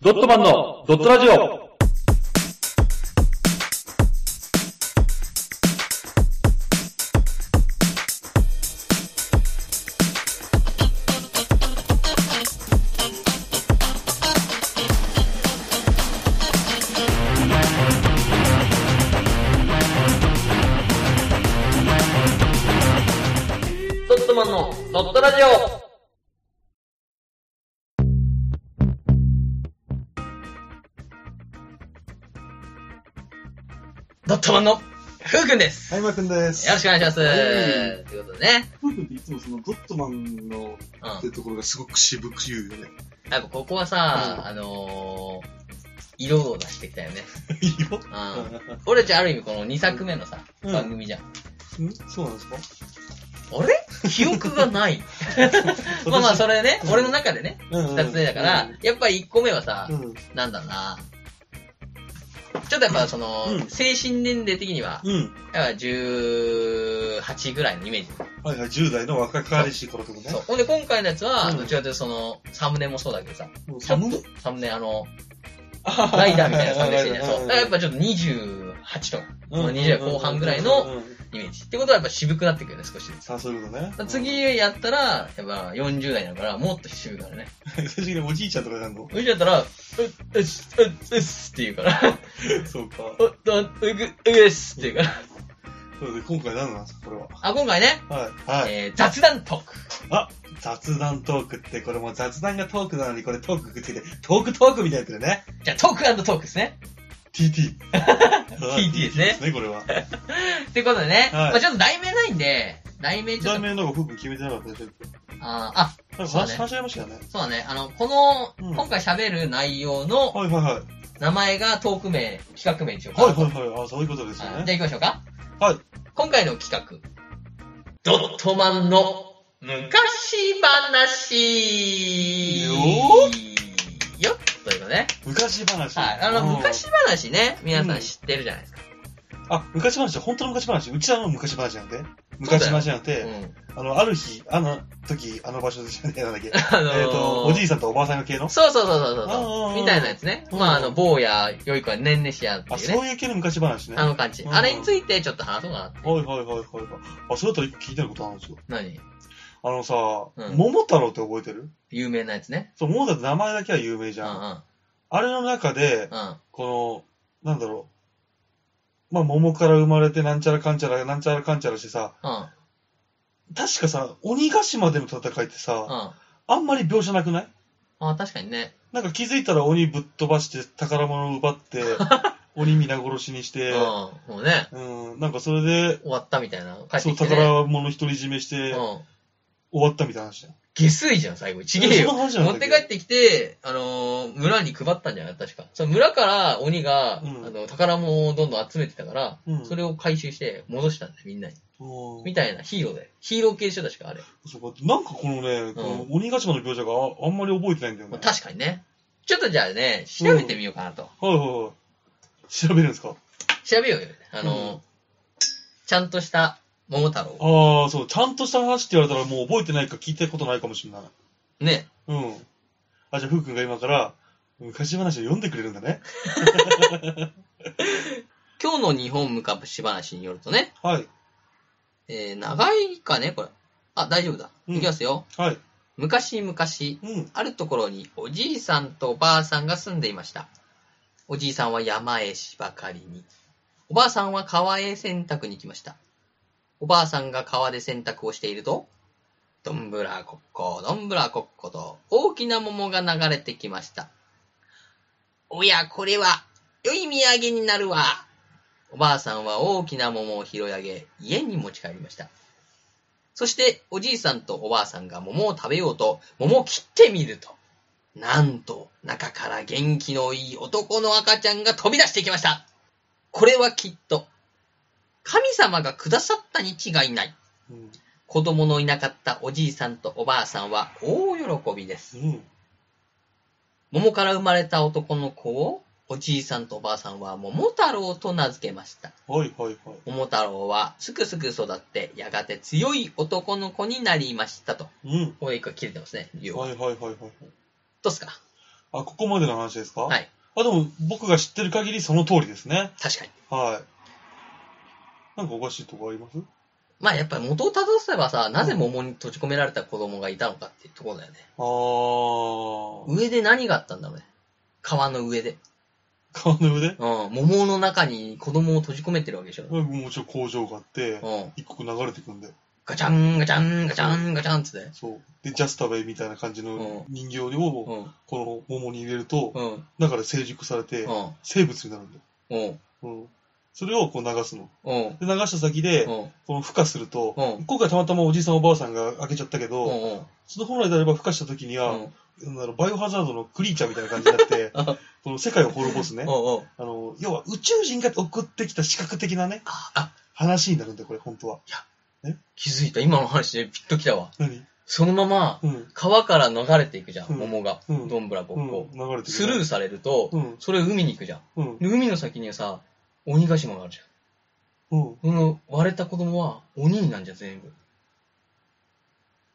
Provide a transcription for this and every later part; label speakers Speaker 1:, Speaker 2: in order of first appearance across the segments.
Speaker 1: ドットマンのドットラジオ
Speaker 2: ドットマンのドットラジオドットマンのふうくんです。
Speaker 3: タ
Speaker 2: よ
Speaker 3: イマーくんです。
Speaker 2: ろしくお願いします。と
Speaker 3: はい
Speaker 2: いうことでね、
Speaker 3: ふうくんっていつもそのドットマンの
Speaker 2: うん。
Speaker 3: ってところがすごく渋く言うよね。
Speaker 2: やっぱここはさ、あのー、色を出してきたよね。
Speaker 3: いいよ。
Speaker 2: うん。俺じゃあある意味この2作目のさ、
Speaker 3: うん
Speaker 2: 番組じゃん。
Speaker 3: んそうなんですか
Speaker 2: あれ記憶が ない。まあまあそれね、
Speaker 3: うん
Speaker 2: 俺の中でね、2つ目だから、やっぱり1個目はさ
Speaker 3: う、ん。
Speaker 2: なんだろうな。ちょっとやっぱその、
Speaker 3: うん
Speaker 2: 精神年齢的には、
Speaker 3: うん。
Speaker 2: やっぱ18ぐらいのイメージ。
Speaker 3: はいはい、10代の若かりし頃ってこと
Speaker 2: そう
Speaker 3: ね。。
Speaker 2: ほんで今回のやつは、
Speaker 3: うん
Speaker 2: どちらかというとその、サムネもそうだけどさ、
Speaker 3: もう寒い。
Speaker 2: サムネあの、ライダーみたいなサムネしてる じゃん。そう。だからやっぱちょっと28とか、
Speaker 3: うん
Speaker 2: 20後半ぐらいの。
Speaker 3: うんうんうん
Speaker 2: イメージ。ってことはやっぱ渋くなってくるよね、少しずつ。
Speaker 3: さあ、そういうことね。
Speaker 2: 次
Speaker 3: うん。
Speaker 2: やったら、やっぱ40代だから、もっと渋くなるね。
Speaker 3: 最終的におじいちゃんとかになるの
Speaker 2: 40だったら、うっ、うっ、うっ、うっすって言うから、
Speaker 3: そうか。
Speaker 2: おっと、うぐ、うぐですって言うから。
Speaker 3: そうで、今回何なんですか、これは。
Speaker 2: あ、今回ね、
Speaker 3: はい。はい。
Speaker 2: えー、雑談トーク。
Speaker 3: 雑談トークって、これもう雑談がトークなのに、これトークくっついて、トークトークみたいになってるね。
Speaker 2: じゃあ、トークトークですね。
Speaker 3: TT。
Speaker 2: TT ですね
Speaker 3: ね、これは。
Speaker 2: ということでね、
Speaker 3: はい
Speaker 2: まあちょっと題名ないんで、題名ちょっ
Speaker 3: 題
Speaker 2: と、
Speaker 3: 名の方がふうくん決めてなかったでしょ
Speaker 2: あーあ、
Speaker 3: なんか
Speaker 2: そう
Speaker 3: 話
Speaker 2: ね
Speaker 3: 話し合いましたよね。
Speaker 2: そうだね、あの、この、
Speaker 3: うん
Speaker 2: 今回喋る内容の
Speaker 3: はいはいはい。
Speaker 2: 名前がトーク名、企画名にしようか。
Speaker 3: はいはいはい。あ、そういうことですよ
Speaker 2: はいじゃあ
Speaker 3: ね。
Speaker 2: 行きましょうか。
Speaker 3: はい。
Speaker 2: 今回の企画、ドットマンの昔話
Speaker 3: よ
Speaker 2: よっということでね。
Speaker 3: 昔話。
Speaker 2: はい。あ
Speaker 3: うん
Speaker 2: の、昔話ね、皆さん知ってるじゃないですか。
Speaker 3: あ、昔話、本当の昔話。うちらの昔話なんで。昔話なん
Speaker 2: う
Speaker 3: て、
Speaker 2: ん。
Speaker 3: あの、ある日、あの時、あの場所でじゃねえなんだっけ。
Speaker 2: あのー
Speaker 3: えっと、おじいさんとおばあさんが系の
Speaker 2: そうそうそうそうそう
Speaker 3: うんうん
Speaker 2: そうう。
Speaker 3: ん
Speaker 2: みたいなやつね。
Speaker 3: うん
Speaker 2: まあ、あの、坊や、良い子はねんねしやって
Speaker 3: あ、
Speaker 2: いう
Speaker 3: そう
Speaker 2: ね。
Speaker 3: いう系の昔話ね。
Speaker 2: あ
Speaker 3: はい
Speaker 2: の感じ。
Speaker 3: うんうん
Speaker 2: あれについてちょっと話そうかなって。
Speaker 3: はいはいはいはい。あ、それだったら一個聞いてることあるんですよ。
Speaker 2: 何
Speaker 3: あのさ
Speaker 2: う、ん
Speaker 3: 桃太郎って覚えてる
Speaker 2: 有名なやつね。
Speaker 3: そう、桃太郎って名前だけは有名じ
Speaker 2: うんうん。う
Speaker 3: ゃん。
Speaker 2: ん。
Speaker 3: あれの中で、
Speaker 2: あ
Speaker 3: この、なんだろう。まあ、桃から生まれて、なんちゃらかんちゃら、なんちゃらかんちゃらしてさ、確かさ、鬼ヶ島での戦いってさ、あんまり描写なくない
Speaker 2: あ、確かにね。
Speaker 3: なんか気づいたら鬼ぶっ飛ばして、宝物を奪 って、鬼皆殺しにし
Speaker 2: う
Speaker 3: て
Speaker 2: ん、。もうね、
Speaker 3: うん、なんかそれで、
Speaker 2: 終わったみたいな。帰って
Speaker 3: そう、
Speaker 2: きてね。
Speaker 3: 宝物独り占めして、
Speaker 2: うん。
Speaker 3: 終わったみたいな話だよ。
Speaker 2: 下水じゃん、最後。ちげえ
Speaker 3: そ
Speaker 2: よ。
Speaker 3: んな話なん
Speaker 2: 持
Speaker 3: だ
Speaker 2: って
Speaker 3: け
Speaker 2: 帰ってきて、あのー村に配ったんじゃない確か。その村から鬼が、
Speaker 3: うん
Speaker 2: あの、宝物をどんどん集めてたから、
Speaker 3: うん
Speaker 2: それを回収して戻したんだよ、みんなに。
Speaker 3: ど。うん
Speaker 2: みたいな、ヒーローで。ヒーロー系でしょ、確か、あれ。
Speaker 3: そうかなんかこのね、この鬼ヶ島の描写がああんまり覚えてないんだよ
Speaker 2: ま
Speaker 3: ね
Speaker 2: あ、。確かにね。ちょっとじゃあね、調べてみようかなと。
Speaker 3: はいはいはい。調べるんですか
Speaker 2: 調べようよ。あのー、
Speaker 3: うん
Speaker 2: ちゃんとした桃太郎。
Speaker 3: ああ、そう、ちゃんとした話って言われたらもう覚えてないか聞いたことないかもしれない。
Speaker 2: ね。
Speaker 3: うん。あ、じゃあ、ふうくんが今から、昔話を読んでくれるんだね。
Speaker 2: 今日の日本昔話によるとね、
Speaker 3: はい。
Speaker 2: えー、長いかね、これ。あ、大丈夫だ。
Speaker 3: うん
Speaker 2: いきますよ。
Speaker 3: はい。
Speaker 2: 昔々、
Speaker 3: うん。
Speaker 2: あるところにおじいさんとおばあさんが住んでいました。おじいさんは山へ芝刈りに。おばあさんは川へ洗濯に来ました。おばあさんが川で洗濯をしていると、どんぶらこっこ、どんぶらこっこと、大きな桃が流れてきました。おや、これは、良い土産になるわ。おばあさんは大きな桃を拾い上げ、家に持ち帰りました。そして、おじいさんとおばあさんが桃を食べようと、桃を切ってみると。なんと、中から元気のいい男の赤ちゃんが飛び出してきました。これはきっと、神様がくださったに違いない。
Speaker 3: うん。
Speaker 2: 子供のいなかったおじいさんとおばあさんは大喜びです。
Speaker 3: うん。
Speaker 2: 桃から生まれた男の子を、おじいさんとおばあさんは桃太郎と名付けました。
Speaker 3: はいはいはい。
Speaker 2: 桃太郎はすくすく育って、やがて強い男の子になりましたと。
Speaker 3: うん。
Speaker 2: これ一回切れてますね。要は
Speaker 3: はいはいはいはい。
Speaker 2: どうっすか
Speaker 3: あ、ここまでの話ですか
Speaker 2: はい。
Speaker 3: あ、でも僕が知ってる限りその通りですね。
Speaker 2: 確かに。
Speaker 3: はい。なんかおかしいとこあります
Speaker 2: まあやっぱり元をたどせばさ、なぜ桃に閉じ込められた子供がいたのかっていうところだよね。
Speaker 3: あー。
Speaker 2: 上で何があったんだろうね。川の上で。
Speaker 3: 川の上で
Speaker 2: うん。桃の中に子供を閉じ込めてるわけでしょ。
Speaker 3: もちろん工場があって、
Speaker 2: うん。
Speaker 3: 一刻流れてくんだよ。
Speaker 2: ガチャン、ガチャン、ガチャン、ガチャンっつって。
Speaker 3: そう。で、ジャスタウェイみたいな感じの人形を、
Speaker 2: うん。
Speaker 3: この桃に入れると、
Speaker 2: うん。
Speaker 3: 中で成熟されて
Speaker 2: う、ん。
Speaker 3: 生物になるんだよ。
Speaker 2: うん。
Speaker 3: うん。それをこう流すの。
Speaker 2: うん。
Speaker 3: で、流した先で、
Speaker 2: うん。
Speaker 3: この孵化すると、
Speaker 2: うん
Speaker 3: 今回たまたまおじいさんおばあさんが開けちゃったけど、
Speaker 2: うん。
Speaker 3: その本来であれば孵化した時に
Speaker 2: う
Speaker 3: は、
Speaker 2: ん。
Speaker 3: なんだろうバイオハザードのクリーチャーみたいな感じになって、
Speaker 2: あ
Speaker 3: この世界を滅ぼすね。
Speaker 2: おうおう
Speaker 3: あの、要は宇宙人が送ってきた視覚的なね、
Speaker 2: ああ、
Speaker 3: 話になるんだよ、これ、本当は。
Speaker 2: 気づいた。今の話でピッときたわ。
Speaker 3: 何
Speaker 2: そのまま、
Speaker 3: うん。
Speaker 2: 川から流れていくじゃん、
Speaker 3: うん
Speaker 2: 桃が。
Speaker 3: うん
Speaker 2: どんぶらぼっ
Speaker 3: う
Speaker 2: こ
Speaker 3: ん、。流れてくる。
Speaker 2: スルーされると、
Speaker 3: うん。
Speaker 2: それ海に行くじゃん。
Speaker 3: うん。
Speaker 2: で海の先にはさ、鬼ヶ島があるじ
Speaker 3: うん。
Speaker 2: ゃん。その割れた子供は鬼になんじゃん、全部。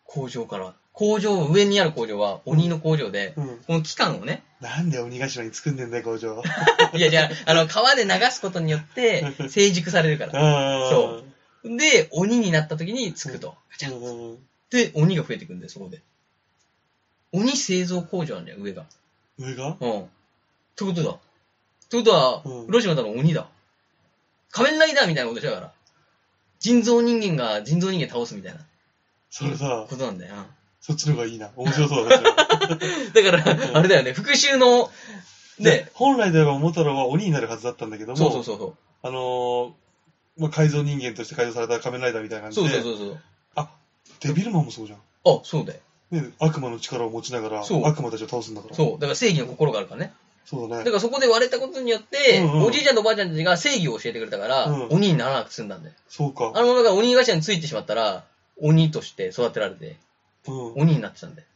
Speaker 2: 工場から。工場、上にある工場は鬼の工場で、
Speaker 3: うん。
Speaker 2: この期間をね、
Speaker 3: なんで鬼ヶ島に作んねんだよ、工場。
Speaker 2: いやいや、あの、川で流すことによって成熟されるから。
Speaker 3: あ
Speaker 2: そで、鬼になった時につくと。ガチャン
Speaker 3: うん。うん
Speaker 2: で、鬼が増えてくんだよ、そこで。鬼製造工場なんだよ、上が。
Speaker 3: 上が
Speaker 2: うん。ってことだ。ってことは、
Speaker 3: うん
Speaker 2: 浦島太郎鬼だ。仮面ライダーみたいなことでしょ、だから。人造人間が人造人間倒すみたいな
Speaker 3: それさ
Speaker 2: こ、となんだよ。
Speaker 3: そっちの方がいいな。面白そうだ
Speaker 2: う
Speaker 3: な。
Speaker 2: んだから、あれだよね、復讐の、 ね、
Speaker 3: 本来であれば桃太郎は鬼になるはずだったんだけども、
Speaker 2: そうそうそうそう。
Speaker 3: あのーまあ、改造人間として改造された仮面ライダーみたいな感じ
Speaker 2: そ
Speaker 3: で、
Speaker 2: うそうそうそう。
Speaker 3: デビルマンもそうじゃん。
Speaker 2: あ、そうだよ。
Speaker 3: ね、悪魔の力を持ちながら、
Speaker 2: そう
Speaker 3: 悪魔たちを倒すんだから。
Speaker 2: そう。だから正義の心があるからね。
Speaker 3: そうだ
Speaker 2: だ
Speaker 3: ね。
Speaker 2: からそこで割れたことによって、
Speaker 3: うんうん
Speaker 2: おじいちゃんとおばあちゃんたちが正義を教えてくれたから、
Speaker 3: うん
Speaker 2: 鬼にならなく済んだんだよ。
Speaker 3: そうか。
Speaker 2: あの、だから鬼頭についてしまったら、鬼として育てられて、
Speaker 3: うん。
Speaker 2: 鬼になってたんだよ。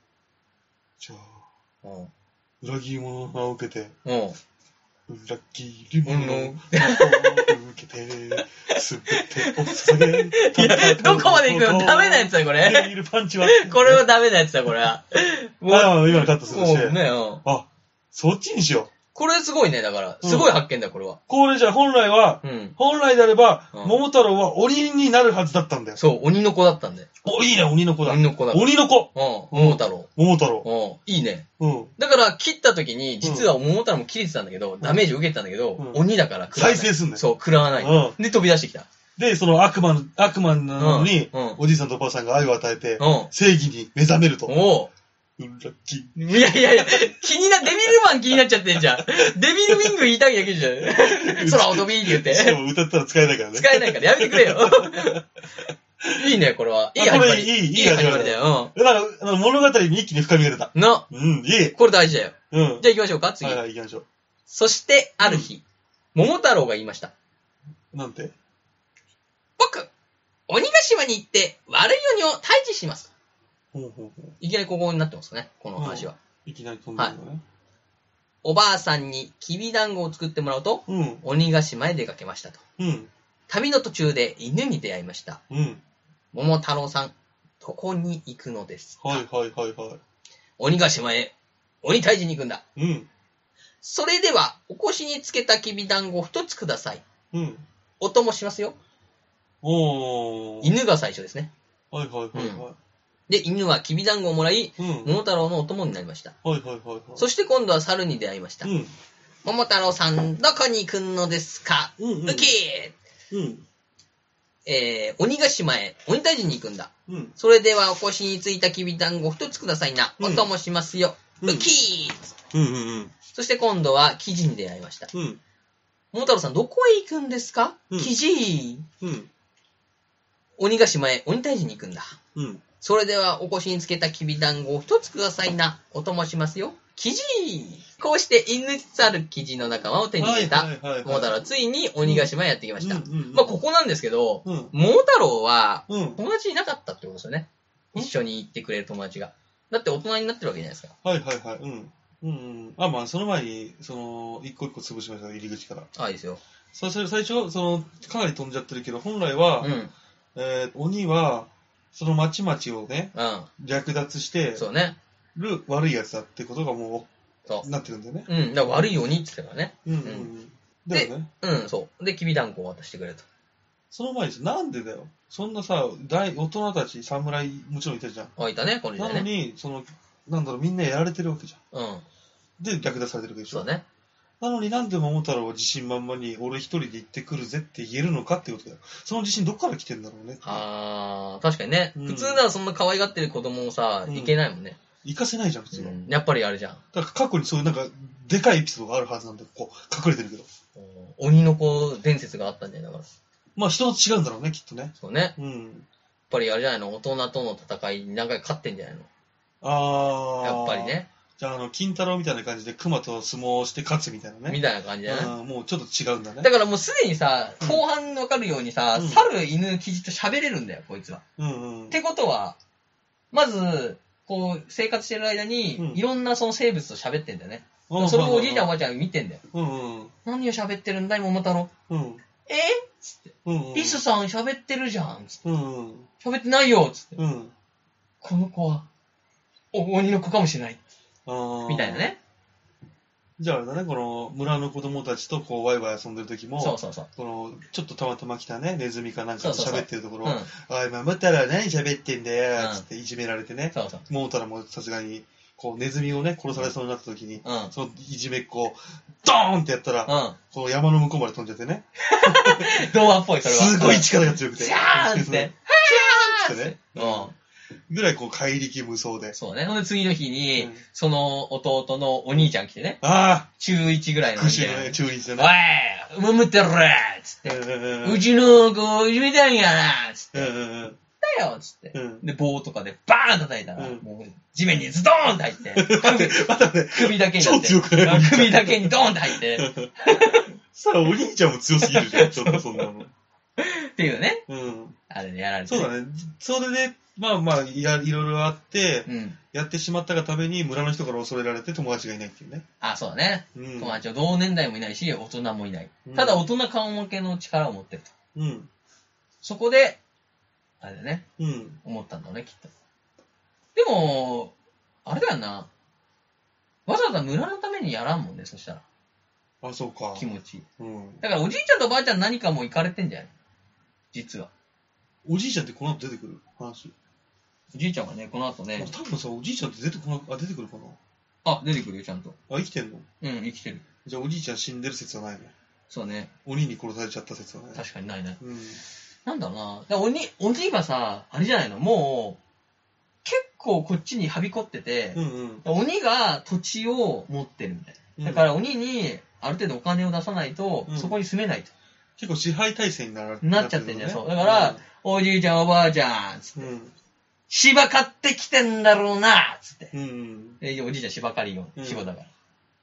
Speaker 3: じゃあ、
Speaker 2: うん。
Speaker 3: 裏切り者の名を受けて、
Speaker 2: うん。
Speaker 3: 裏切り者の名を受けて、すべてを捧げ、
Speaker 2: いや、 どこまで行くのダメなやつだよ、これ。
Speaker 3: いるパンチは。
Speaker 2: これはダメなやつだ、これは。もう、
Speaker 3: ああ、今のカットすると
Speaker 2: も
Speaker 3: して。
Speaker 2: うね、うん。
Speaker 3: あ、そっちにしよう。
Speaker 2: これすごいね、だから。すごい発見だよ、これは。
Speaker 3: これじゃあ本来は、
Speaker 2: うん。
Speaker 3: 本来であれば、
Speaker 2: うん
Speaker 3: 桃太郎は鬼になるはずだったんだよ。
Speaker 2: そう、鬼の子だったんで。
Speaker 3: お、いいね、鬼の子だ。
Speaker 2: 鬼の子だ。うん。
Speaker 3: 鬼の子
Speaker 2: 桃太郎。
Speaker 3: 桃太郎。
Speaker 2: うん。いいね。
Speaker 3: うん。
Speaker 2: だから、切った時に、実は桃太郎も切れてたんだけど、ダメージを受けてたんだけど、
Speaker 3: うん
Speaker 2: 鬼だから食らわない
Speaker 3: 再生すんだよ
Speaker 2: そう、食らわない。
Speaker 3: う
Speaker 2: で、飛び出してきた。
Speaker 3: で、その悪魔の、悪魔なのに、
Speaker 2: うんうん
Speaker 3: おじいさんとおばあさんが愛を与えて、
Speaker 2: うん。
Speaker 3: 正義に目覚めると。
Speaker 2: おう。
Speaker 3: うんラッキー
Speaker 2: いやいやいや、気にな、デビルマン気になっちゃってんじゃん。デビルウィング言いたいだけじゃん。空を飛びって言って。
Speaker 3: しかも歌ったら使えないからね。
Speaker 2: 使えないからやめてくれ よ。いいね、これは。いい始
Speaker 3: あこ
Speaker 2: ま
Speaker 3: れ
Speaker 2: り。
Speaker 3: いいいい
Speaker 2: 始まりだよ。
Speaker 3: だから、あの物語に一気に深みが出た。
Speaker 2: うん。の、
Speaker 3: うん、いい。
Speaker 2: これ大事だよ。
Speaker 3: うん。
Speaker 2: じゃあ行きましょうか、次
Speaker 3: は。いはい、行きましょ
Speaker 2: そして、ある日、桃太郎が言いました。
Speaker 3: う。なんて
Speaker 2: 僕、鬼ヶ島に行って悪い鬼を退治します。
Speaker 3: ほうほうほう。
Speaker 2: いきなりここになってますね、この話は。
Speaker 3: いきなり飛んでるのね。
Speaker 2: おばあさんにきび団子を作ってもらうと、
Speaker 3: うん、
Speaker 2: 鬼ヶ島へ出かけましたと。
Speaker 3: うん、
Speaker 2: 旅の途中で犬に出会いました。
Speaker 3: うん。
Speaker 2: 桃太郎さん、どこに行くのですか、
Speaker 3: はいはいはいは
Speaker 2: 鬼ヶ島へ、鬼退治に行くんだ。
Speaker 3: い。うん、
Speaker 2: それでは、お腰につけたきび団子一つください。
Speaker 3: うん。
Speaker 2: お供しますよ。
Speaker 3: おー。
Speaker 2: 犬が最初ですね。
Speaker 3: はいはいはいは
Speaker 2: で、犬はきび団子をもらい、
Speaker 3: い。うん。
Speaker 2: 桃太郎のお供になりました。
Speaker 3: はいはいはいはい。
Speaker 2: そして今度は猿に出会いました。
Speaker 3: うん、
Speaker 2: 桃太郎さん、どこに行くのですか
Speaker 3: うん、うん。
Speaker 2: ウキ
Speaker 3: うん、
Speaker 2: ーえー、鬼ヶ島へ、鬼退治に行くんだ。
Speaker 3: うん。
Speaker 2: それでは、お腰についたきび団子一つくださいな。
Speaker 3: う
Speaker 2: お
Speaker 3: ん
Speaker 2: 供しますよ。
Speaker 3: うん
Speaker 2: ウキー
Speaker 3: うん、うん、うん。
Speaker 2: そして今度は、キジに出会いました。
Speaker 3: うん、
Speaker 2: 桃太郎さん、どこへ行くんですか
Speaker 3: うん
Speaker 2: キジ
Speaker 3: うん、
Speaker 2: 鬼ヶ島へ、鬼退治に行くんだ。
Speaker 3: うん。
Speaker 2: それではお腰につけたきび団子を一つくださいな。お供しますよ。生地こうして犬猿生地の仲間を手に入れた。
Speaker 3: はいはいはい
Speaker 2: 桃太郎はついに鬼ヶ島へやってきました。
Speaker 3: うんうんうん
Speaker 2: まあここなんですけど、
Speaker 3: うん、
Speaker 2: 桃太郎は
Speaker 3: うん。
Speaker 2: 友達いなかったってことですよね。
Speaker 3: うん
Speaker 2: 一緒に行ってくれる友達が。だって大人になってるわけじゃないですか。
Speaker 3: はいはいはい。うん。うんうん、あ、まあ、その前に、その、一個一個潰しましたね、入り口から。
Speaker 2: ああ、いいですよ。
Speaker 3: 最初、最初、その、かなり飛んじゃってるけど、本来は、
Speaker 2: うん。うん。
Speaker 3: えー鬼は、その町々をね、略奪して
Speaker 2: そうね。
Speaker 3: る悪いやつだってことがも
Speaker 2: そ
Speaker 3: なってくんだよね。
Speaker 2: う。うん。だから悪い鬼って言ってたからね。
Speaker 3: うんうん
Speaker 2: う
Speaker 3: うん。だよね。
Speaker 2: うん、そう。で、きびだんごを渡してくれと。
Speaker 3: その前にさ、なんでだよ。そんなさ、大大人たち、侍、もちろんいたじゃん。
Speaker 2: あ、いたね、この時
Speaker 3: な
Speaker 2: 代
Speaker 3: の
Speaker 2: ね。
Speaker 3: に、その、なんだろう、みんなやられてるわけじゃん。
Speaker 2: うん。
Speaker 3: で、逆出されてるわけでし
Speaker 2: そう
Speaker 3: ょ。
Speaker 2: だね。
Speaker 3: なのになんで桃太郎は自信満々に、俺一人で行ってくるぜって言えるのかってことだよ。その自信どっから来てんだろうね。
Speaker 2: あー、確かにね。
Speaker 3: うん
Speaker 2: 普通ならそんな可愛がってる子供をさ、
Speaker 3: うん
Speaker 2: いけないもんね。
Speaker 3: 行かせないじゃん、普通
Speaker 2: う
Speaker 3: は。
Speaker 2: ん。やっぱりあれじゃん。
Speaker 3: だから過去にそういうなんか、でかいエピソードがあるはずなんだよ、こう、隠れてるけど。
Speaker 2: 鬼の子伝説があったんじゃないだから。
Speaker 3: まあ人と違うんだろうね、きっとね。
Speaker 2: そうね。やっ
Speaker 3: うん。
Speaker 2: ぱりあれじゃないの大人との戦いに何回か勝ってんじゃないの
Speaker 3: ああ。
Speaker 2: やっぱり。ね。
Speaker 3: じゃあ、あの、金太郎みたいな感じで熊と相撲をして勝つみたいな
Speaker 2: み
Speaker 3: ね。
Speaker 2: たいな感じだね。
Speaker 3: うんもうちょっと違うんだね。
Speaker 2: だからもうすでにさ、後半わかるようにさ、
Speaker 3: うん
Speaker 2: 猿、犬、キジと喋れるんだよ、こいつは。
Speaker 3: うんうん。
Speaker 2: ってことは、まず、こう、生活してる間
Speaker 3: うん
Speaker 2: に、いろんなその生物と喋ってんだよね。
Speaker 3: うん
Speaker 2: それをおじいちゃんおばあちゃんが見てんだよ。
Speaker 3: うんうん。
Speaker 2: 何を喋ってるんだい、桃太郎。
Speaker 3: うん。
Speaker 2: え
Speaker 3: うんうん。
Speaker 2: リスさん喋ってるじゃん。つって
Speaker 3: うんうん。
Speaker 2: 喋ってないよ。つって。
Speaker 3: うん。
Speaker 2: この子は、お鬼の子かもしれない。
Speaker 3: あー
Speaker 2: みたいな。ね。
Speaker 3: じゃああれだね、この村の子供たちとこうワイワイ遊んでる時も、
Speaker 2: そうそうそう。
Speaker 3: このちょっとたまたま来たね、ネズミかなんかと
Speaker 2: そうそうそう
Speaker 3: 喋ってるとこ
Speaker 2: う
Speaker 3: ろ、
Speaker 2: ん。
Speaker 3: おい、守ったら何喋ってんだよ、
Speaker 2: うん
Speaker 3: つっていじめられてね、
Speaker 2: そうそう。
Speaker 3: 桃太郎もさすがに、こうネズミをね、殺されそうになった時に、
Speaker 2: うん。うん。
Speaker 3: そのいじめっ子を、ドーンってやったら、この山の向こうまで飛んじゃってね、
Speaker 2: 童話っぽい、それは。
Speaker 3: すごい力が強くて、
Speaker 2: じゃーんって。じゃーんってね。う
Speaker 3: ぐらいこう怪力無双で
Speaker 2: ん。。そうね。ほんで次の日に、
Speaker 3: うん
Speaker 2: その弟のお兄ちゃん来てね。
Speaker 3: あ
Speaker 2: 中1ぐらい
Speaker 3: あ、
Speaker 2: の
Speaker 3: 空
Speaker 2: ね。
Speaker 3: 襲のね、中立でね。
Speaker 2: おい、むむってろーつって。
Speaker 3: うん
Speaker 2: うちの子いじめたんやなつって。
Speaker 3: うんうん
Speaker 2: だよつって。
Speaker 3: うんうん。
Speaker 2: で、棒とかでバーン叩いたら、
Speaker 3: うん
Speaker 2: もう地面にズドーンって入 って、首
Speaker 3: またね、
Speaker 2: 首だけになって、
Speaker 3: 超強くない
Speaker 2: あ首だけにドーンって入って、
Speaker 3: さあお兄ちゃんも強すぎるじゃん、ちょっと そんなの。
Speaker 2: っていうね、
Speaker 3: うん。
Speaker 2: あれでやられて
Speaker 3: そ
Speaker 2: ね。
Speaker 3: うだね。それで、まあまあ、いや、いろいろあって、
Speaker 2: うん。
Speaker 3: やってしまったがために村の人から恐れられて友達がいないっていうね。
Speaker 2: あ、そうだね。
Speaker 3: うん。
Speaker 2: 友達は同年代もいないし、大人もいない
Speaker 3: うん。
Speaker 2: ただ大人顔負けの力を持ってると。
Speaker 3: うん。
Speaker 2: そこで、あれだね、
Speaker 3: うん。
Speaker 2: 思ったんだろうね、きっと。でも、あれだよな。わざわざ村のためにやらんもんね、そしたら。
Speaker 3: あ、そうか。
Speaker 2: 気持ち。
Speaker 3: うん。
Speaker 2: だからおじいちゃんとおばあちゃん何かもう行かれてんじゃない実は。
Speaker 3: おじいちゃんってこの後出てくる話。
Speaker 2: おじいちゃんがね、この後ね、
Speaker 3: 多分さ、おじいちゃんって出てこな、あ、出てくるかな
Speaker 2: あ、出てくるよ、ちゃんと。
Speaker 3: あ、生きてんの
Speaker 2: うん、生きてる。
Speaker 3: じゃあおじいちゃん死んでる説はないね。
Speaker 2: そうね。
Speaker 3: 鬼に殺されちゃった説はない。
Speaker 2: 確かにないね。
Speaker 3: うん。
Speaker 2: なんだろうな。だから鬼、鬼はさ、あれじゃないのもう、結構こっちにはびこってて、
Speaker 3: うんうん。
Speaker 2: 鬼が土地を持ってるみたい
Speaker 3: うん
Speaker 2: な。だから鬼に、ある程度お金を出さないと、
Speaker 3: うん
Speaker 2: そこに住めないと。
Speaker 3: 結構支配体制になら
Speaker 2: なっちゃってんじゃんそうだから、おじいちゃんおばあちゃん、つって
Speaker 3: うん。うん
Speaker 2: 芝買ってきてんだろうな、つって。
Speaker 3: うんうん。
Speaker 2: でおじいちゃん芝刈りよ
Speaker 3: うん、
Speaker 2: 芝だから。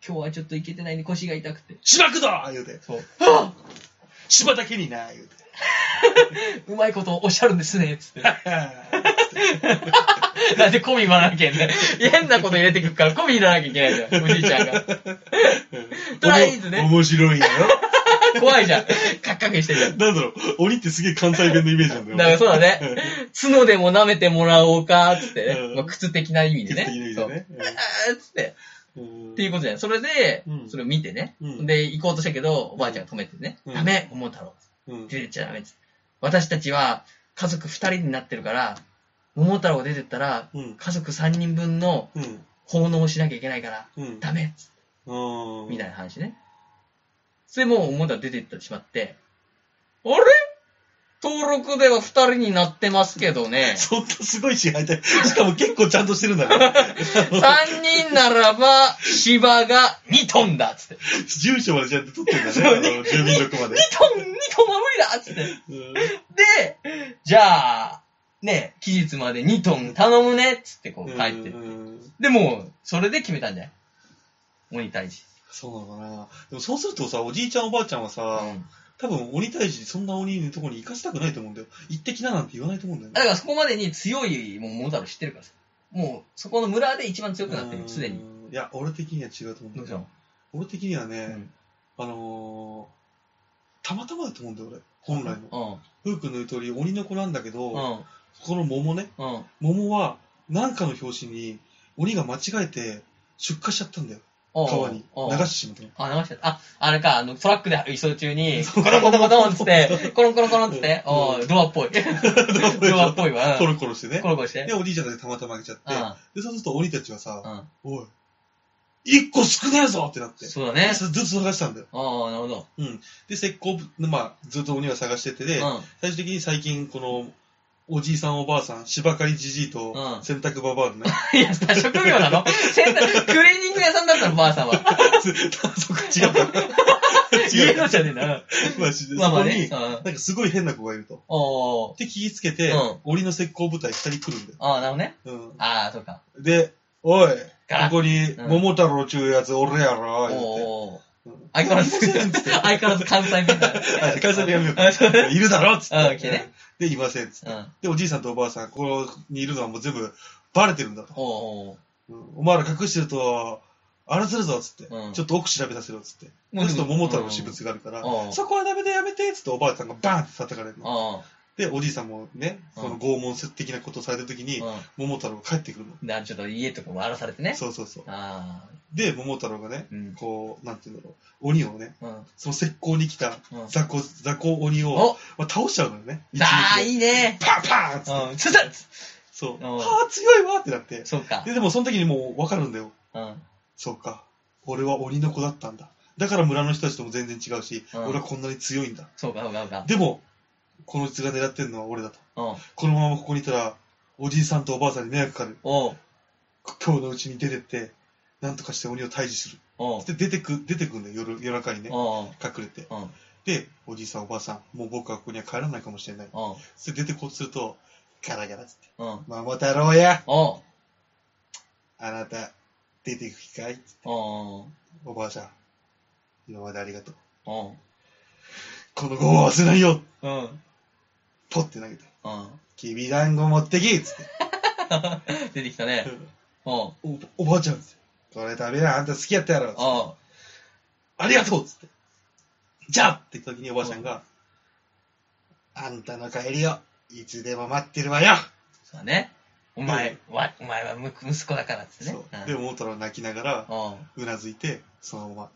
Speaker 2: 今日はちょっと行けてないんで腰が痛くて。
Speaker 3: 芝くだ言うて。
Speaker 2: そう。 は
Speaker 3: 芝だけにな 言うて。
Speaker 2: ぁうまいことおっしゃるんですね、つって。
Speaker 3: は
Speaker 2: なんでコミ言わなきゃいけない。 変なこと入れてくるからコミ入れなきゃいけないんだよ、おじいちゃんが。
Speaker 3: い
Speaker 2: とりあえずね
Speaker 3: 面白いんだよ。
Speaker 2: 怖いじゃん。 カッカケしてるじゃん。
Speaker 3: なんだろう、鬼ってすげえ関西弁のイメージなんだよ。
Speaker 2: だからそうだね。角でも舐めてもらおうか、つって
Speaker 3: うん
Speaker 2: ね。まあ、靴的な意味
Speaker 3: 気
Speaker 2: で
Speaker 3: づいてい
Speaker 2: ね。
Speaker 3: る
Speaker 2: そう。あ
Speaker 3: よね。
Speaker 2: ーつって。
Speaker 3: うん
Speaker 2: っていうことじゃん。それで
Speaker 3: う、ん
Speaker 2: それを見てね。
Speaker 3: うん
Speaker 2: で、行こうとしたけど、おばあちゃんが止めてね。
Speaker 3: うん
Speaker 2: ダメ、桃太郎。
Speaker 3: うん
Speaker 2: 出てっちゃダメっつって。私たちは家族二人になってるから、桃太郎が出てったら、
Speaker 3: うん。
Speaker 2: 家族三人分の
Speaker 3: うん。
Speaker 2: 奉納をしなきゃいけないから、
Speaker 3: うん。
Speaker 2: ダメっつって
Speaker 3: うん。
Speaker 2: みたい
Speaker 3: な。、
Speaker 2: な話ね。それでもう、思ったら出てってしまって、あれ登録では2人になってますけど ね
Speaker 3: そんなすごい支配体。しかも結構ちゃんとしてるん だね。
Speaker 2: 3人ならば、芝が2トンだっつって。
Speaker 3: 住所までちゃんと取ってるんだ
Speaker 2: そう
Speaker 3: ね。あの住民録まで
Speaker 2: 2。トン !2 トンは無理だっつって。で、じゃあ、ね、期日まで2トン頼むねっつってこう
Speaker 3: う ん
Speaker 2: 帰って。
Speaker 3: うん
Speaker 2: で、もう、それで決めたんじゃない鬼退治。
Speaker 3: そうなのかな。でもそうするとさ、おじいちゃんおばあちゃんはさ、
Speaker 2: うん
Speaker 3: 多分鬼退治、そんな鬼のとこに行かせたくないと思うんだよ。行ってきななんて言わないと思うんだよね
Speaker 2: だ。からそこまでに強い、もう、桃太郎知ってるからさ。もう、そこの村で一番強くなってる、すでに。
Speaker 3: うん。いや、俺的には違うと思うんだ
Speaker 2: どう
Speaker 3: よ
Speaker 2: し。たの
Speaker 3: 俺的には
Speaker 2: う
Speaker 3: ね、
Speaker 2: ん
Speaker 3: あのー、たまたまだと思うんだよ、俺。本来の。
Speaker 2: うん。
Speaker 3: ふうくんの言う通り、鬼の子なんだけど、こ
Speaker 2: う
Speaker 3: の桃ね、
Speaker 2: ん。うん。
Speaker 3: 桃は、なんかの表紙に、鬼が間違えて、出荷しちゃったんだよ。川に。
Speaker 2: おうおう
Speaker 3: 流してしまったの。
Speaker 2: あ、流してた。あ、あれか、あの、トラックで移送中に、コロンコロンコロンっつって、コロンコロンコロンっつって、
Speaker 3: うん
Speaker 2: おうドアっぽい。 ドアっぽいわ。
Speaker 3: コ
Speaker 2: うん
Speaker 3: ロコロしてね
Speaker 2: コ。ロコロして。
Speaker 3: で、お兄ちゃんたちたまたま負けちゃって、
Speaker 2: う
Speaker 3: で、そうすると鬼たちはさ、
Speaker 2: ん。うん。
Speaker 3: おい、一個少ねえぞってなって。
Speaker 2: そうだね。
Speaker 3: ずっと探したんだよ。
Speaker 2: ああ、なるほど。
Speaker 3: で、石膏、まあ、ずっと鬼は探しててで、
Speaker 2: う
Speaker 3: 最終的に最近、この、おじいさんおばあさん、芝刈りじじい
Speaker 2: う、
Speaker 3: と
Speaker 2: ん
Speaker 3: 洗濯ババアのね、
Speaker 2: ん。いや、職業なの洗濯クリーニング屋さんだったの、ばあさんは。
Speaker 3: そっか 違った。違
Speaker 2: 家
Speaker 3: う
Speaker 2: のじゃねえな。
Speaker 3: まあ、し
Speaker 2: まあまあ
Speaker 3: そこ
Speaker 2: ね
Speaker 3: に。
Speaker 2: う、ん。
Speaker 3: なんかすごい変な子がいると。
Speaker 2: おー。
Speaker 3: で、気ぃつけて、
Speaker 2: うん
Speaker 3: 檻の石膏部隊二人来るんだよ。
Speaker 2: ああ、なるほどね。
Speaker 3: う
Speaker 2: ああ、そうか。
Speaker 3: ん。で、おい、こ
Speaker 2: あ
Speaker 3: こに、
Speaker 2: うん
Speaker 3: 桃太郎ちゅうやつおるやろ、言うて。
Speaker 2: おー。
Speaker 3: うん
Speaker 2: 相変わらず、
Speaker 3: いませんっつって
Speaker 2: 相変わらず関西弁だ。
Speaker 3: あ関西弁やめよ う
Speaker 2: あそう
Speaker 3: いるだろっつって。
Speaker 2: うん来てね
Speaker 3: で、いませんっつって。
Speaker 2: うん。
Speaker 3: で、おじいさんとおばあさん、ここにいるのはもう全部バレてるんだと。
Speaker 2: おー。
Speaker 3: うんお前ら隠してると、あれするぞっつって、
Speaker 2: うん
Speaker 3: ちょっと奥調べさせろっつって。
Speaker 2: も
Speaker 3: そうすると桃太郎の
Speaker 2: うん
Speaker 3: 私物があるから、
Speaker 2: うん
Speaker 3: そこはダメだやめてっつっておばあさんがバーンって叩かれるの。
Speaker 2: あ
Speaker 3: で、おじいさんもね、
Speaker 2: うん
Speaker 3: その拷問的なことをされた時に、
Speaker 2: あ。
Speaker 3: 桃太郎が帰ってくるの。
Speaker 2: うん。な、ちょっと家とかも荒らされてね。
Speaker 3: そうそうそう。
Speaker 2: ああ。
Speaker 3: で、桃太郎がね、
Speaker 2: うん。
Speaker 3: こう、なんていうんだろう、鬼をね、
Speaker 2: うん。
Speaker 3: その石膏に来た
Speaker 2: うん。
Speaker 3: 雑魚、雑魚鬼を、
Speaker 2: お
Speaker 3: まあ、倒しちゃうのよね。一撃で
Speaker 2: ああ、いいね。
Speaker 3: パンパンっつって。
Speaker 2: うん。つた
Speaker 3: そう。
Speaker 2: うん
Speaker 3: ああ、強いわってなって。
Speaker 2: そうか。
Speaker 3: で、でもその時にもうわかるんだよ。
Speaker 2: うん。
Speaker 3: そうか。俺は鬼の子だったんだ。だから村の人たちとも全然違うし、
Speaker 2: うん
Speaker 3: 俺はこんなに強いんだ。
Speaker 2: そうか、そうか、そうか。
Speaker 3: でも、このうちが狙ってるのは俺だと。
Speaker 2: うん。
Speaker 3: このままここにいたら、おじいさんとおばあさんに迷惑かかる。
Speaker 2: おう。
Speaker 3: 今日のうちに出てって、なんとかして鬼を退治する。
Speaker 2: おう。
Speaker 3: で、出てく、出てくんだよ、夜、夜中にね。
Speaker 2: おう。
Speaker 3: 隠れて。
Speaker 2: うん。
Speaker 3: で、おじいさんおばあさん、もう僕はここには帰らないかもしれない。
Speaker 2: おう。
Speaker 3: そして出てこうとすると、ガラガラっつって、
Speaker 2: うん。
Speaker 3: 桃太郎や
Speaker 2: おう。
Speaker 3: あなた、出てく気かい
Speaker 2: おう。
Speaker 3: おばあさん、今までありがとう。
Speaker 2: おう。
Speaker 3: この子は忘れないよ
Speaker 2: うん。
Speaker 3: ポッて投げて、
Speaker 2: うん。
Speaker 3: きびだんご持ってきっつって。
Speaker 2: 出てきたね。おう。
Speaker 3: おおばあちゃんっつって、これ食べな、あんた好きやったやろっつって
Speaker 2: おう。
Speaker 3: ありがとうっつって。じゃあって言った時におばあちゃんが、あんたの帰りを、いつでも待ってるわよ、
Speaker 2: そうだね。お前は、お前はむ息子だからっつってね
Speaker 3: そう。で、
Speaker 2: も。
Speaker 3: 桃太郎泣きながら、
Speaker 2: おう。
Speaker 3: うなずいて、そのまま、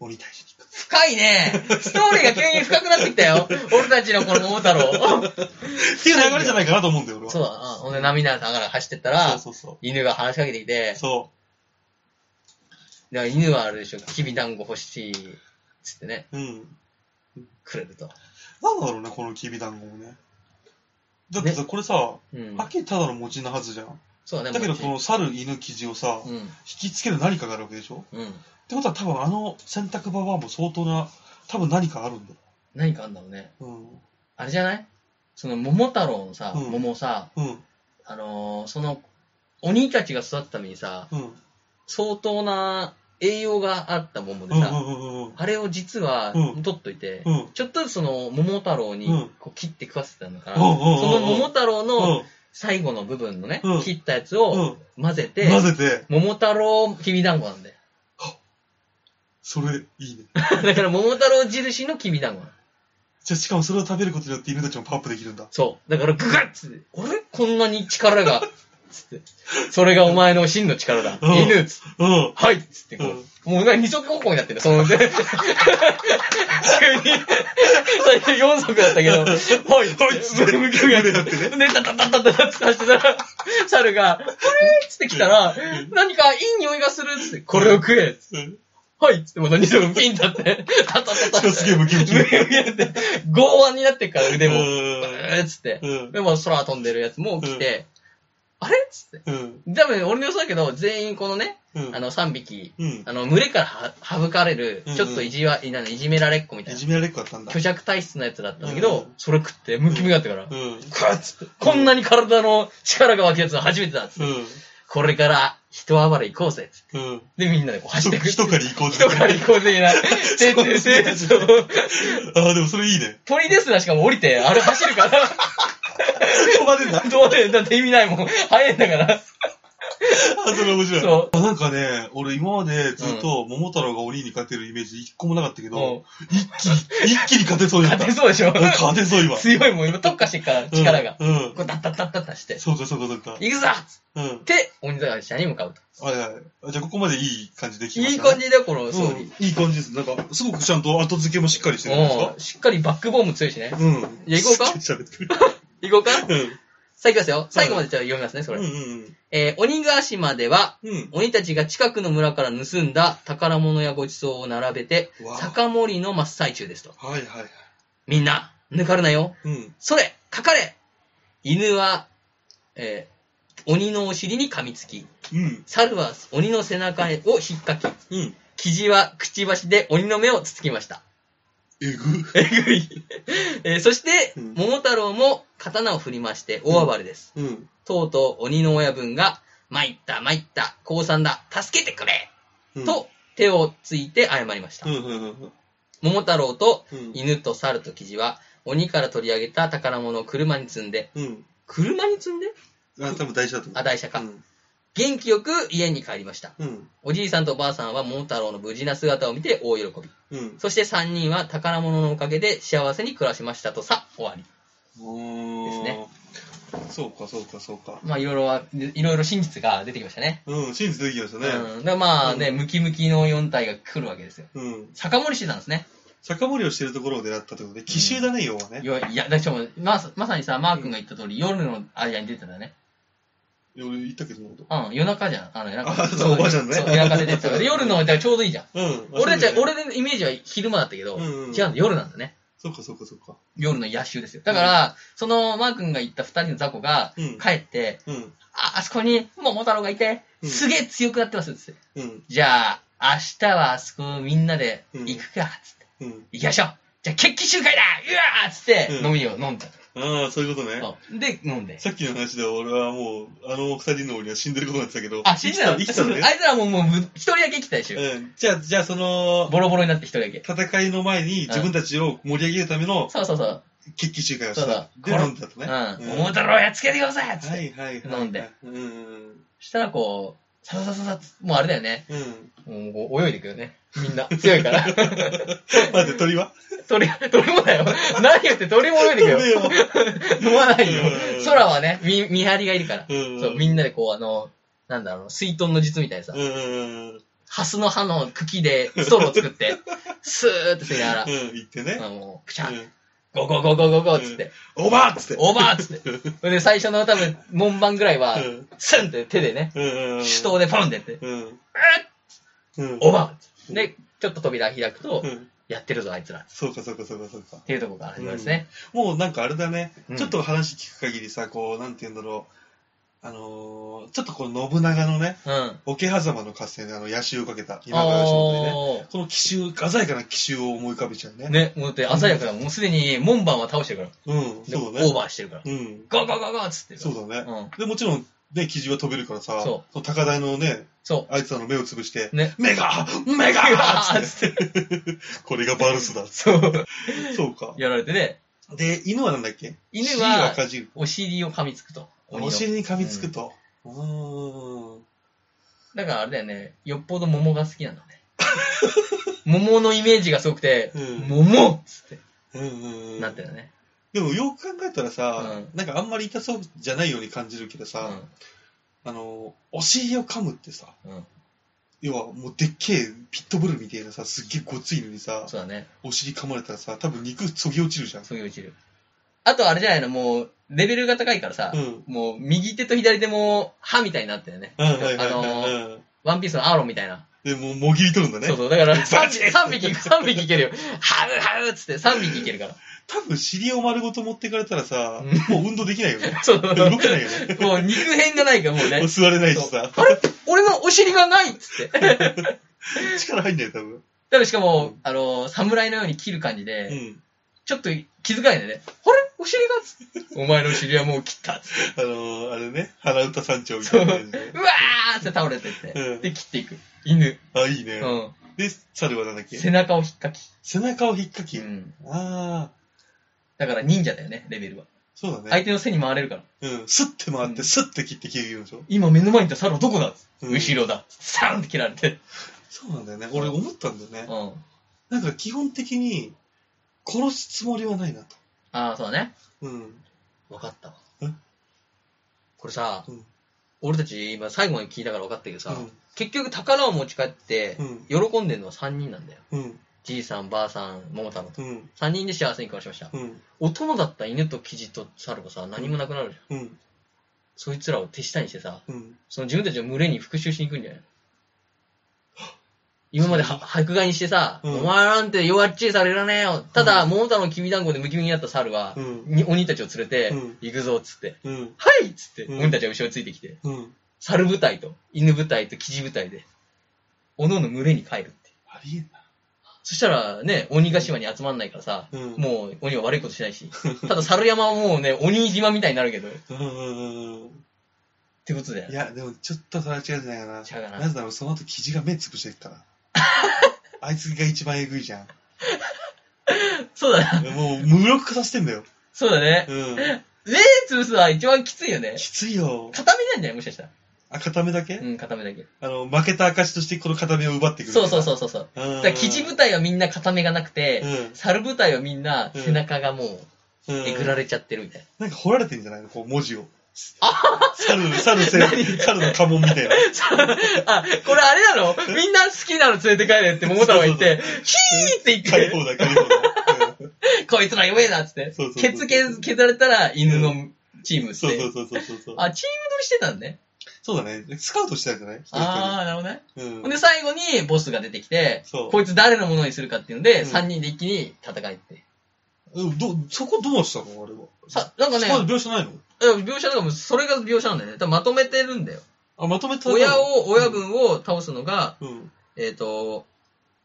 Speaker 3: 鬼退治に行く。
Speaker 2: 深いね。ストーリーが急に深くなってきたよ。俺たちのこの桃太郎。
Speaker 3: っていう流れじゃないかなと思うんだよ、俺は。
Speaker 2: そうだ。うん。ほんで涙ながら走ってったら、
Speaker 3: そうそう
Speaker 2: 犬が話しかけてき
Speaker 3: そ
Speaker 2: て
Speaker 3: う。、そ
Speaker 2: で犬はあれでしょ、きびだんご欲しい、つってね、
Speaker 3: う。うん。
Speaker 2: くれると。
Speaker 3: なんだろうね、このきびだんごもね。だってさ、これさ、
Speaker 2: うん。
Speaker 3: 秋ただの餅のはずじゃん。
Speaker 2: そうだね、
Speaker 3: だけど、
Speaker 2: もう
Speaker 3: この猿、犬、生地をさ、
Speaker 2: う
Speaker 3: 引
Speaker 2: ん。
Speaker 3: きつける何かがあるわけでしょ
Speaker 2: うん。
Speaker 3: ってことは多分あの洗濯ババアも相当な、多分何かあるんだよ。
Speaker 2: 何かあんだろうね。
Speaker 3: うん。
Speaker 2: あれじゃないその桃太郎のさ、
Speaker 3: うん
Speaker 2: 桃さ、
Speaker 3: うん。
Speaker 2: あのーその、鬼たちが育っためにさ、
Speaker 3: うん。
Speaker 2: 相当な栄養があった桃
Speaker 3: う
Speaker 2: で
Speaker 3: ん。うん。
Speaker 2: さ、
Speaker 3: うん。
Speaker 2: あれを実は
Speaker 3: うん
Speaker 2: 取っといて、
Speaker 3: うん。うん。
Speaker 2: ちょっとずつその桃太郎
Speaker 3: う
Speaker 2: に
Speaker 3: ん
Speaker 2: こう切って食わせてたのから、
Speaker 3: うんうんうんうん
Speaker 2: その桃太郎の
Speaker 3: うん
Speaker 2: 最後の部分のね、
Speaker 3: うん
Speaker 2: 切ったやつ
Speaker 3: う
Speaker 2: を
Speaker 3: ん。
Speaker 2: 混ぜて、
Speaker 3: 混ぜて、
Speaker 2: 桃太郎きびだんごなんだよ。
Speaker 3: それ、いいね。
Speaker 2: だから桃太郎印のきびだんごなの。
Speaker 3: じゃあしかもそれを食べることによって犬たちもパワーアップできるんだ。
Speaker 2: そう。だからグガッつって、あれこんなに力が、つって。それがお前の真の力だ。
Speaker 3: うん
Speaker 2: 犬つって、
Speaker 3: うん。
Speaker 2: はいつってこう。もうなんか二足歩行になってんだ、その、急に、最初四足だったけど、はいつって、はいつって、向きが
Speaker 3: 腕だってね
Speaker 2: で、タタタタタタって走ってたら、猿が、これっつって来たら、何かいい匂いがするっつって、これを食えっつって。
Speaker 3: うん。
Speaker 2: はいっつって、また二足ピン立って、タタタタ
Speaker 3: し
Speaker 2: っ
Speaker 3: か
Speaker 2: て。
Speaker 3: もすげえムキ ムキ。
Speaker 2: 上上って、剛腕になってっから腕も、
Speaker 3: う
Speaker 2: えーっつって。
Speaker 3: ん。うん。
Speaker 2: でも空飛んでるやつも来て、あれっつって。
Speaker 3: うん。
Speaker 2: 多分俺の予想だけど、全員このね、
Speaker 3: うん
Speaker 2: あ。の3匹、
Speaker 3: うん。
Speaker 2: あの群れからは省かれる
Speaker 3: うんう、ん
Speaker 2: ちょっといじわ、いないじめられっ子みたい
Speaker 3: い
Speaker 2: な
Speaker 3: じ、められっ子だったんだ
Speaker 2: 虚。弱体質のやつだったんだけ
Speaker 3: う
Speaker 2: ど
Speaker 3: ん、
Speaker 2: それ食って、ムキムキだったから
Speaker 3: う、ん。
Speaker 2: クワッつって、こんなに体の力が湧くやつは初めてだっつって。
Speaker 3: うん。
Speaker 2: これから、人暴れ行こうぜっつって。
Speaker 3: うん。
Speaker 2: で、みんなでこう走っていく。
Speaker 3: 一狩り行こうぜ
Speaker 2: 人から行こうぜ、な。てっててて
Speaker 3: ああ、でもそれいいね。
Speaker 2: ポリデスラしかも降りて、あれ走るから。
Speaker 3: 飛ばれんだ。
Speaker 2: どうで、だって意味ないもん。早いんだから。
Speaker 3: あ、それ面白い。
Speaker 2: そ
Speaker 3: あなんかね、俺今までずっと桃太郎が鬼に勝てるイメージ一個もなかったけ
Speaker 2: う。
Speaker 3: ど、
Speaker 2: も
Speaker 3: 一気に、一気に勝てそう
Speaker 2: う、
Speaker 3: になっ
Speaker 2: 勝て
Speaker 3: た。
Speaker 2: そうでしょ
Speaker 3: うん勝てそう今。
Speaker 2: 強いもん、今特化してっから、
Speaker 3: うん
Speaker 2: 力が。
Speaker 3: うん。
Speaker 2: こう、ダッダッダッダッダッして、
Speaker 3: そうかそうかそうか。
Speaker 2: 行くぞっつ
Speaker 3: うん。
Speaker 2: って、鬼坂下に向かうと。
Speaker 3: はいはい。じゃあここまでいい感じできま
Speaker 2: いい
Speaker 3: した、
Speaker 2: 感
Speaker 3: ね。
Speaker 2: じだよ、この
Speaker 3: う
Speaker 2: 総
Speaker 3: ん
Speaker 2: 理。
Speaker 3: いい感じです。なんか、すごくちゃんと後付けもしっかりしてるんですか
Speaker 2: うんしっかりバックボーンも強いしね。
Speaker 3: うん。
Speaker 2: じゃあ行こうか
Speaker 3: しっり喋ってくれ
Speaker 2: 行こうか
Speaker 3: る
Speaker 2: さあ行きますよ。最後までじゃあ読みますね、それ。
Speaker 3: うん。うん
Speaker 2: えー、鬼ヶ島では、
Speaker 3: うん。うん。
Speaker 2: 鬼たちが近くの村から盗んだ宝物やご馳走を並べて、
Speaker 3: うわぁ。
Speaker 2: 酒盛りの真っ最中ですと。
Speaker 3: はいはいはい。
Speaker 2: みんな、抜かるなよ。
Speaker 3: うん。
Speaker 2: それ、かかれ犬は、えー鬼のお尻に噛みつき、
Speaker 3: うん。
Speaker 2: 猿は鬼の背中を引っかき、
Speaker 3: うん。
Speaker 2: キジはくちばしで鬼の目をつつきました。
Speaker 3: えぐ。
Speaker 2: えぐい。えーそして、
Speaker 3: うん
Speaker 2: 桃太郎も刀を振りまして大暴れです。
Speaker 3: うん。
Speaker 2: とうとう鬼の親分が、参った参った、降参だ、助けてくれ、
Speaker 3: うん、
Speaker 2: と手をついて謝りました。
Speaker 3: うんうんうん
Speaker 2: 桃太郎と
Speaker 3: うん。
Speaker 2: 犬と猿とキジは、鬼から取り上げた宝物を車に積んで、
Speaker 3: うん。
Speaker 2: 車に積んで
Speaker 3: あ、多分大事だと思う。
Speaker 2: あ、台車か
Speaker 3: う。ん。
Speaker 2: 元気よく家に帰りました。
Speaker 3: うん。
Speaker 2: おじいさんとおばあさんは桃太郎の無事な姿を見て大喜び。
Speaker 3: うん。
Speaker 2: そして3人は宝物のおかげで幸せに暮らしましたとさ、終わり。
Speaker 3: おー
Speaker 2: ですね。
Speaker 3: そうか、そうか、そうか。
Speaker 2: まあいろいろは、いろいろ真実が出てきましたね。
Speaker 3: うん、真実できましたね。
Speaker 2: うん。でまあね、
Speaker 3: うん
Speaker 2: ムキムキの4体が来るわけですよ。
Speaker 3: うん。
Speaker 2: 酒盛りしてたんですね。
Speaker 3: 酒盛りをしてるところを狙ったってことで、奇襲だね、要はね。
Speaker 2: よいや、だしかも、まさまさにさ、マー君が言った通り、夜の間に出てたんだね。
Speaker 3: 俺言ったけど、そのこと。
Speaker 2: うん、夜中じゃん。あの、夜中。
Speaker 3: あそうおばあちゃんね
Speaker 2: そう夜中で出てたから、夜の間がちょうどいい じゃん。
Speaker 3: うん。
Speaker 2: 俺たち
Speaker 3: あ
Speaker 2: は、、俺のイメージは昼間だったけど、
Speaker 3: そうだよねうんうん。
Speaker 2: 違うんだ、夜なんだね。
Speaker 3: そうか、そうか、そうか。
Speaker 2: 夜の野襲ですよ。だから、そのマー君が言った二人の雑魚が
Speaker 3: うん
Speaker 2: 帰って、
Speaker 3: うん。
Speaker 2: あ、あそこに桃太郎がいて、
Speaker 3: うん
Speaker 2: すげえ強くなってますっつって。
Speaker 3: うん。
Speaker 2: じゃあ、明日はあそこみんなで行くか、つって。
Speaker 3: うん。
Speaker 2: 行きましょうじゃあ、決起集会だうわーっつって、
Speaker 3: うん
Speaker 2: 飲みを飲んだ、
Speaker 3: ああ、そういうことね。
Speaker 2: そうで、飲んで。
Speaker 3: さっきの話で俺はもう、あの二人の俺は死んでることになってたけど。
Speaker 2: あ、死んでたの
Speaker 3: 生きて
Speaker 2: そ
Speaker 3: た
Speaker 2: う
Speaker 3: の
Speaker 2: あいつ
Speaker 3: ね。
Speaker 2: らももう、一人だけ生きたでしょ。
Speaker 3: うん。じゃあ、じゃあその、
Speaker 2: ボロボロになって一人だけ。
Speaker 3: 戦いの前に自分たちを盛り上げるための
Speaker 2: そうそうそう。
Speaker 3: 決起集会をし
Speaker 2: そう
Speaker 3: た
Speaker 2: だ。
Speaker 3: で、飲んだと
Speaker 2: う
Speaker 3: ね。
Speaker 2: ん。
Speaker 3: うん
Speaker 2: 桃太郎やっつけてくださいっつって。
Speaker 3: はいはいはい。
Speaker 2: 飲んで。
Speaker 3: うんうん
Speaker 2: したらこう、さささささ、もうあれだよね。
Speaker 3: うん。うん。
Speaker 2: もうこう泳いでくよね。みんな。強いから。
Speaker 3: 待って、鳥は
Speaker 2: 鳥、鳥もだよ。何言って鳥も泳いでくよ。
Speaker 3: よ。
Speaker 2: 飲まないよ
Speaker 3: う。ん
Speaker 2: 空はね、見、見張りがいるから。
Speaker 3: うん。
Speaker 2: そう、みんなでこう、あの、なんだろう、水遁の術みたいなさ
Speaker 3: う、ん。うん。
Speaker 2: ハスの葉の茎でストロー作って、 スーって吸いなが
Speaker 3: 行ってね
Speaker 2: ら、。あもう、くし
Speaker 3: う
Speaker 2: ゃ、
Speaker 3: ん
Speaker 2: ゴゴゴゴゴゴっつって、
Speaker 3: オーバーっつって。
Speaker 2: オーバーっつって。それで、最初の多分、門番ぐらいは
Speaker 3: う、ん。
Speaker 2: スンって手でね、
Speaker 3: うん。
Speaker 2: 手刀でポンってやって、
Speaker 3: うん。うん。
Speaker 2: オーバーっつってで、ちょっと扉開くと
Speaker 3: う、ん。
Speaker 2: やってるぞ、あいつら。っ
Speaker 3: そうかそうかそうかそうか。
Speaker 2: ていうところから始まるんですね。
Speaker 3: もうなんかあれだね、
Speaker 2: うん
Speaker 3: ちょっと話聞く限りさ、こう、なんて言うんだろう、あのーちょっとこの信長のね、
Speaker 2: うん。あ
Speaker 3: 桶狭間の合戦であの野襲をかけた、今川義元にね、
Speaker 2: ー。
Speaker 3: この奇襲、鮮やかな奇襲を思い浮かべちゃうね。
Speaker 2: ね、もうだって鮮やかだもん。もうすでに門番は倒してるから。
Speaker 3: うん、
Speaker 2: で
Speaker 3: そうだ
Speaker 2: オー
Speaker 3: ね。
Speaker 2: バーしてるから。
Speaker 3: うん、
Speaker 2: ゴーゴーゴーゴーっつってるから。
Speaker 3: そうだね。
Speaker 2: うん。
Speaker 3: で、もちろん、ね、奇襲は飛べるからさ、
Speaker 2: そ
Speaker 3: の高台のね、
Speaker 2: そ
Speaker 3: あいつらの目をつぶして、
Speaker 2: う。ね。
Speaker 3: メガメガーっつ
Speaker 2: つ
Speaker 3: っ
Speaker 2: って。
Speaker 3: て、これがバルスだ。
Speaker 2: そう。
Speaker 3: そうか。
Speaker 2: やられてね。
Speaker 3: で、犬はなんだっけ
Speaker 2: 犬は
Speaker 3: 尻はかじる。
Speaker 2: お尻を噛みつくと。鬼の
Speaker 3: お尻に噛みつくと。うーん。
Speaker 2: だからあれだよね。よっぽど桃が好きなんだね。 桃のイメージがすごくて、
Speaker 3: うん
Speaker 2: 桃っつって、
Speaker 3: うんうんうん。
Speaker 2: なってるね。
Speaker 3: でもよく考えたらさ、
Speaker 2: う
Speaker 3: なんかあんまり痛そうじゃないように感じるけど
Speaker 2: う
Speaker 3: さ、あの、お尻を噛むってさ、
Speaker 2: ん。うん。
Speaker 3: 要はもうでっけえピットブルみたいなさ、すっげえごついのにさ、
Speaker 2: そうだね。
Speaker 3: お尻噛まれたらさ、多分肉そぎ落ちるじゃん。
Speaker 2: そういう落ちる。あとあれじゃないの、もう、レベルが高いからさ、
Speaker 3: うん。
Speaker 2: もう右手と左手も歯みたいになってるね。
Speaker 3: うん、はいはい
Speaker 2: あの
Speaker 3: はい
Speaker 2: ー、
Speaker 3: うん。
Speaker 2: ワンピースのアーロンみたいな。
Speaker 3: で、もうもぎり取るんだ
Speaker 2: そう
Speaker 3: ね。
Speaker 2: そう。だから、3
Speaker 3: バチッ
Speaker 2: 匹、 三匹いけるよ。ハウハウっつって3匹いけるから。
Speaker 3: 多分尻を丸ごと持ってかれたらさ
Speaker 2: うん、。
Speaker 3: もう運動できないよね
Speaker 2: そうそうそう。
Speaker 3: 動けないよ ね。
Speaker 2: もう肉片がないから、もう
Speaker 3: もう
Speaker 2: ね。
Speaker 3: 座れないしさ、
Speaker 2: あれ俺のお尻がないっつって。だか
Speaker 3: 力入んないよ、多分。
Speaker 2: らしかも
Speaker 3: うん、
Speaker 2: あの、侍のように切る感じ
Speaker 3: う
Speaker 2: で、
Speaker 3: ん。
Speaker 2: ちょっと気遣いでね。あれお尻がっつって。お前のお尻はもう切ったっつっ
Speaker 3: あのー、あれね、鼻歌山頂みたいな感じで
Speaker 2: て。う。わーっつって倒れてって。
Speaker 3: うん
Speaker 2: で、切っていく。犬。
Speaker 3: あ、いいうね。
Speaker 2: ん。
Speaker 3: で、猿はなんだっけ
Speaker 2: 背中を引っかき。
Speaker 3: 背中を引っかき。
Speaker 2: うん。
Speaker 3: ああ、
Speaker 2: だから忍者だよね、レベルは。
Speaker 3: そうだね。
Speaker 2: 相手の背に回れるから。
Speaker 3: うん。スッて回っ
Speaker 2: う
Speaker 3: て、
Speaker 2: ん
Speaker 3: スッて切って切るでしょ。
Speaker 2: 今目の前にいたサロどこだ
Speaker 3: うん
Speaker 2: 後ろだ。サンって切られて。
Speaker 3: そうなんだよね。俺思ったんだよね
Speaker 2: う。ん。
Speaker 3: なんか基本的に、殺すつもりはないなと。
Speaker 2: ああ、そうだね。
Speaker 3: うん。
Speaker 2: 分かったわ
Speaker 3: え。
Speaker 2: これさ、
Speaker 3: うん
Speaker 2: 俺たち今最後に聞いたから分かったけどさ、
Speaker 3: う
Speaker 2: 結局宝を持ち帰って、
Speaker 3: ん。
Speaker 2: 喜んでるのは3人なんだよ。
Speaker 3: うん。うん。
Speaker 2: じいさん、ばあさん、桃太郎と。
Speaker 3: うん。
Speaker 2: 3人で幸せに暮らしました。
Speaker 3: うん。
Speaker 2: お供だった犬とキジと猿がさ、何もなくなるじゃん。
Speaker 3: うん。
Speaker 2: そいつらを手下にしてさ、
Speaker 3: うん。
Speaker 2: その自分たちの群れに復讐しに行くん じゃないの今までは迫害にしてさ、
Speaker 3: うん
Speaker 2: お前なんて弱っちい猿いらねえよ。ただ、桃太郎のきびだんごでムキムキになった猿は、
Speaker 3: うん。
Speaker 2: に鬼たちを連れて、
Speaker 3: うん
Speaker 2: 行くぞっつって、
Speaker 3: うん。
Speaker 2: はいっつって、
Speaker 3: うん
Speaker 2: 鬼たちが後ろについてきて、
Speaker 3: うん。
Speaker 2: 猿部隊と、犬部隊と、キジ部隊で、おのおの群れに帰るって。
Speaker 3: あり
Speaker 2: そしたらね、鬼ヶ島に集まんないからさ、
Speaker 3: えな。うん。
Speaker 2: もう鬼は悪いことしないし、ただ猿山はもうね、鬼島みたいになるけど、っ
Speaker 3: うんうんうんうん。
Speaker 2: てことだよ
Speaker 3: い
Speaker 2: ね。
Speaker 3: や、でもちょっとそれは違うんじゃないかな。
Speaker 2: 違うかな
Speaker 3: ぜならその後、キジが目つぶしていく から。あいつが一番えぐいじゃん。
Speaker 2: そうだな。
Speaker 3: もう、無力化させてんだよ。
Speaker 2: そうだね。
Speaker 3: うん。
Speaker 2: 目潰すのは一番きついよね。
Speaker 3: きついよ。
Speaker 2: 片目なんじゃないもしかしたら。
Speaker 3: あ、片目だけ、
Speaker 2: うん、片目だけ。
Speaker 3: あの、負けた証としてこの片目を奪ってくる。。
Speaker 2: そうそうそううそうそう。
Speaker 3: うん。
Speaker 2: だから、キジ部隊はみんな片目がなくて、
Speaker 3: う
Speaker 2: 猿部隊はみんな背中がもう、
Speaker 3: ん。うん。
Speaker 2: えぐられちゃってるみたいな。
Speaker 3: なんか掘られてんじゃないのこう、文字を。猿、猿せ、猿の家紋みたいな。
Speaker 2: あ、これあれなのみんな好きなの連れて帰れって桃太郎が言って、ヒーって言
Speaker 3: 解
Speaker 2: っ
Speaker 3: 放だ、解 放だ。うん
Speaker 2: て、こいつら弱えなっつって
Speaker 3: そう。そうそ
Speaker 2: ケ
Speaker 3: う
Speaker 2: ツ削削られたら犬のチームっつ
Speaker 3: そ
Speaker 2: っ
Speaker 3: うそ
Speaker 2: て
Speaker 3: う。そうそうそうそう。
Speaker 2: あ、チーム取りしてたんね。
Speaker 3: そうだね。スカウトしたんじゃない
Speaker 2: あー、なるほどね。
Speaker 3: 一人一人。
Speaker 2: ほんで、最後にボスが出てきて、
Speaker 3: そう
Speaker 2: こいつ誰のものにするかっていうので、
Speaker 3: うん
Speaker 2: 3人で一気に戦いって。
Speaker 3: うん。うんど、そこどうしたのあれは。
Speaker 2: さ、なんかね
Speaker 3: そ、こまで描写ないの
Speaker 2: うん描写とかも、それが描写なんだよね。多分まとめてるんだよ。
Speaker 3: あ、まとめた
Speaker 2: 親。を、親分を倒すのが、
Speaker 3: うん。
Speaker 2: えっ、と、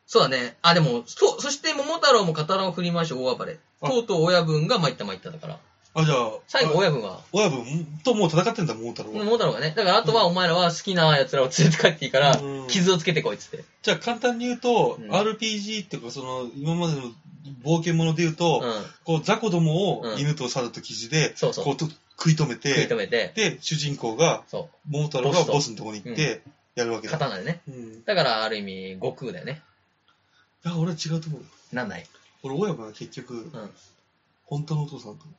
Speaker 2: そうだね。あ、でも、そ、そして桃太郎も刀を振り回し大暴れ。
Speaker 3: あ
Speaker 2: とうとう親分が参った参っただから。
Speaker 3: あ、じゃあ、
Speaker 2: 最後
Speaker 3: あ
Speaker 2: 親分は、
Speaker 3: 親分ともう戦ってんだ、桃太郎は。
Speaker 2: 桃太郎がね。だからあとはお前らは好きな奴らを連れて帰っていいから
Speaker 3: う、ん
Speaker 2: 傷をつけてこいっつって。
Speaker 3: じゃあ簡単に言うと、
Speaker 2: うん
Speaker 3: RPG っていうか、その、今までの冒険者で言う
Speaker 2: う
Speaker 3: と、
Speaker 2: ん。
Speaker 3: こう、雑魚ども
Speaker 2: う
Speaker 3: を
Speaker 2: ん
Speaker 3: 犬と猿とキジで、
Speaker 2: そうそう
Speaker 3: こうと食い止め
Speaker 2: 食い止
Speaker 3: て、
Speaker 2: めて、
Speaker 3: で、主人公が、
Speaker 2: そ
Speaker 3: 桃太郎が
Speaker 2: ボ
Speaker 3: ボ
Speaker 2: ス
Speaker 3: スのとこに行って、やるわ
Speaker 2: う。
Speaker 3: けだ。
Speaker 2: 刀でね。
Speaker 3: うん。い
Speaker 2: だからある意味、悟空だよね。
Speaker 3: や、俺は違うと思う。
Speaker 2: なんない。
Speaker 3: 俺、親分は結局、
Speaker 2: ん
Speaker 3: 本当のお父さんと。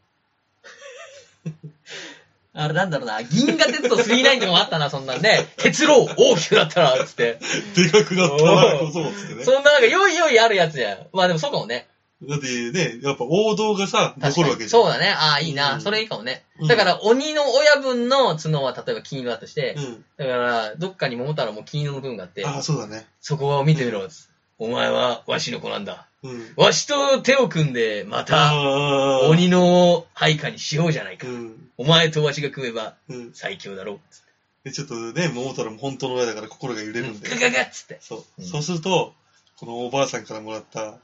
Speaker 2: あれなんだろうな、銀河鉄道39とかもあったな、そんなんで、鉄郎大きくなったら、つって。
Speaker 3: でかくなったからこそ、つってね
Speaker 2: そ。んななんか、よいよいあるやつやん。まあでもそうかもね。
Speaker 3: だってね、やっぱ王道がさ、
Speaker 2: 確
Speaker 3: 残
Speaker 2: か
Speaker 3: るわけ
Speaker 2: に。
Speaker 3: じゃん。
Speaker 2: そうだね。ああ、いいな。
Speaker 3: うん
Speaker 2: それいいかもね。
Speaker 3: うん
Speaker 2: だから、鬼の親分の角は、例えば金色だとして、
Speaker 3: うん。
Speaker 2: だから、どっかに桃太郎も金色の部分があって、
Speaker 3: ああ、そうだね。
Speaker 2: そこを見てみろ、つお前は、わしの子なんだ。
Speaker 3: うん。
Speaker 2: わしと手を組んで、また、
Speaker 3: あー
Speaker 2: 鬼の配下にしようじゃないか
Speaker 3: う。ん。
Speaker 2: お前とわしが組めば、
Speaker 3: うん。
Speaker 2: 最強だろう。つって
Speaker 3: で、ちょっとね、桃太郎も本当の親だから心が揺れるんで
Speaker 2: ガ。ガガッつって。
Speaker 3: そうう。
Speaker 2: ん
Speaker 3: そうすると、このおばあさんからもらった
Speaker 2: うん。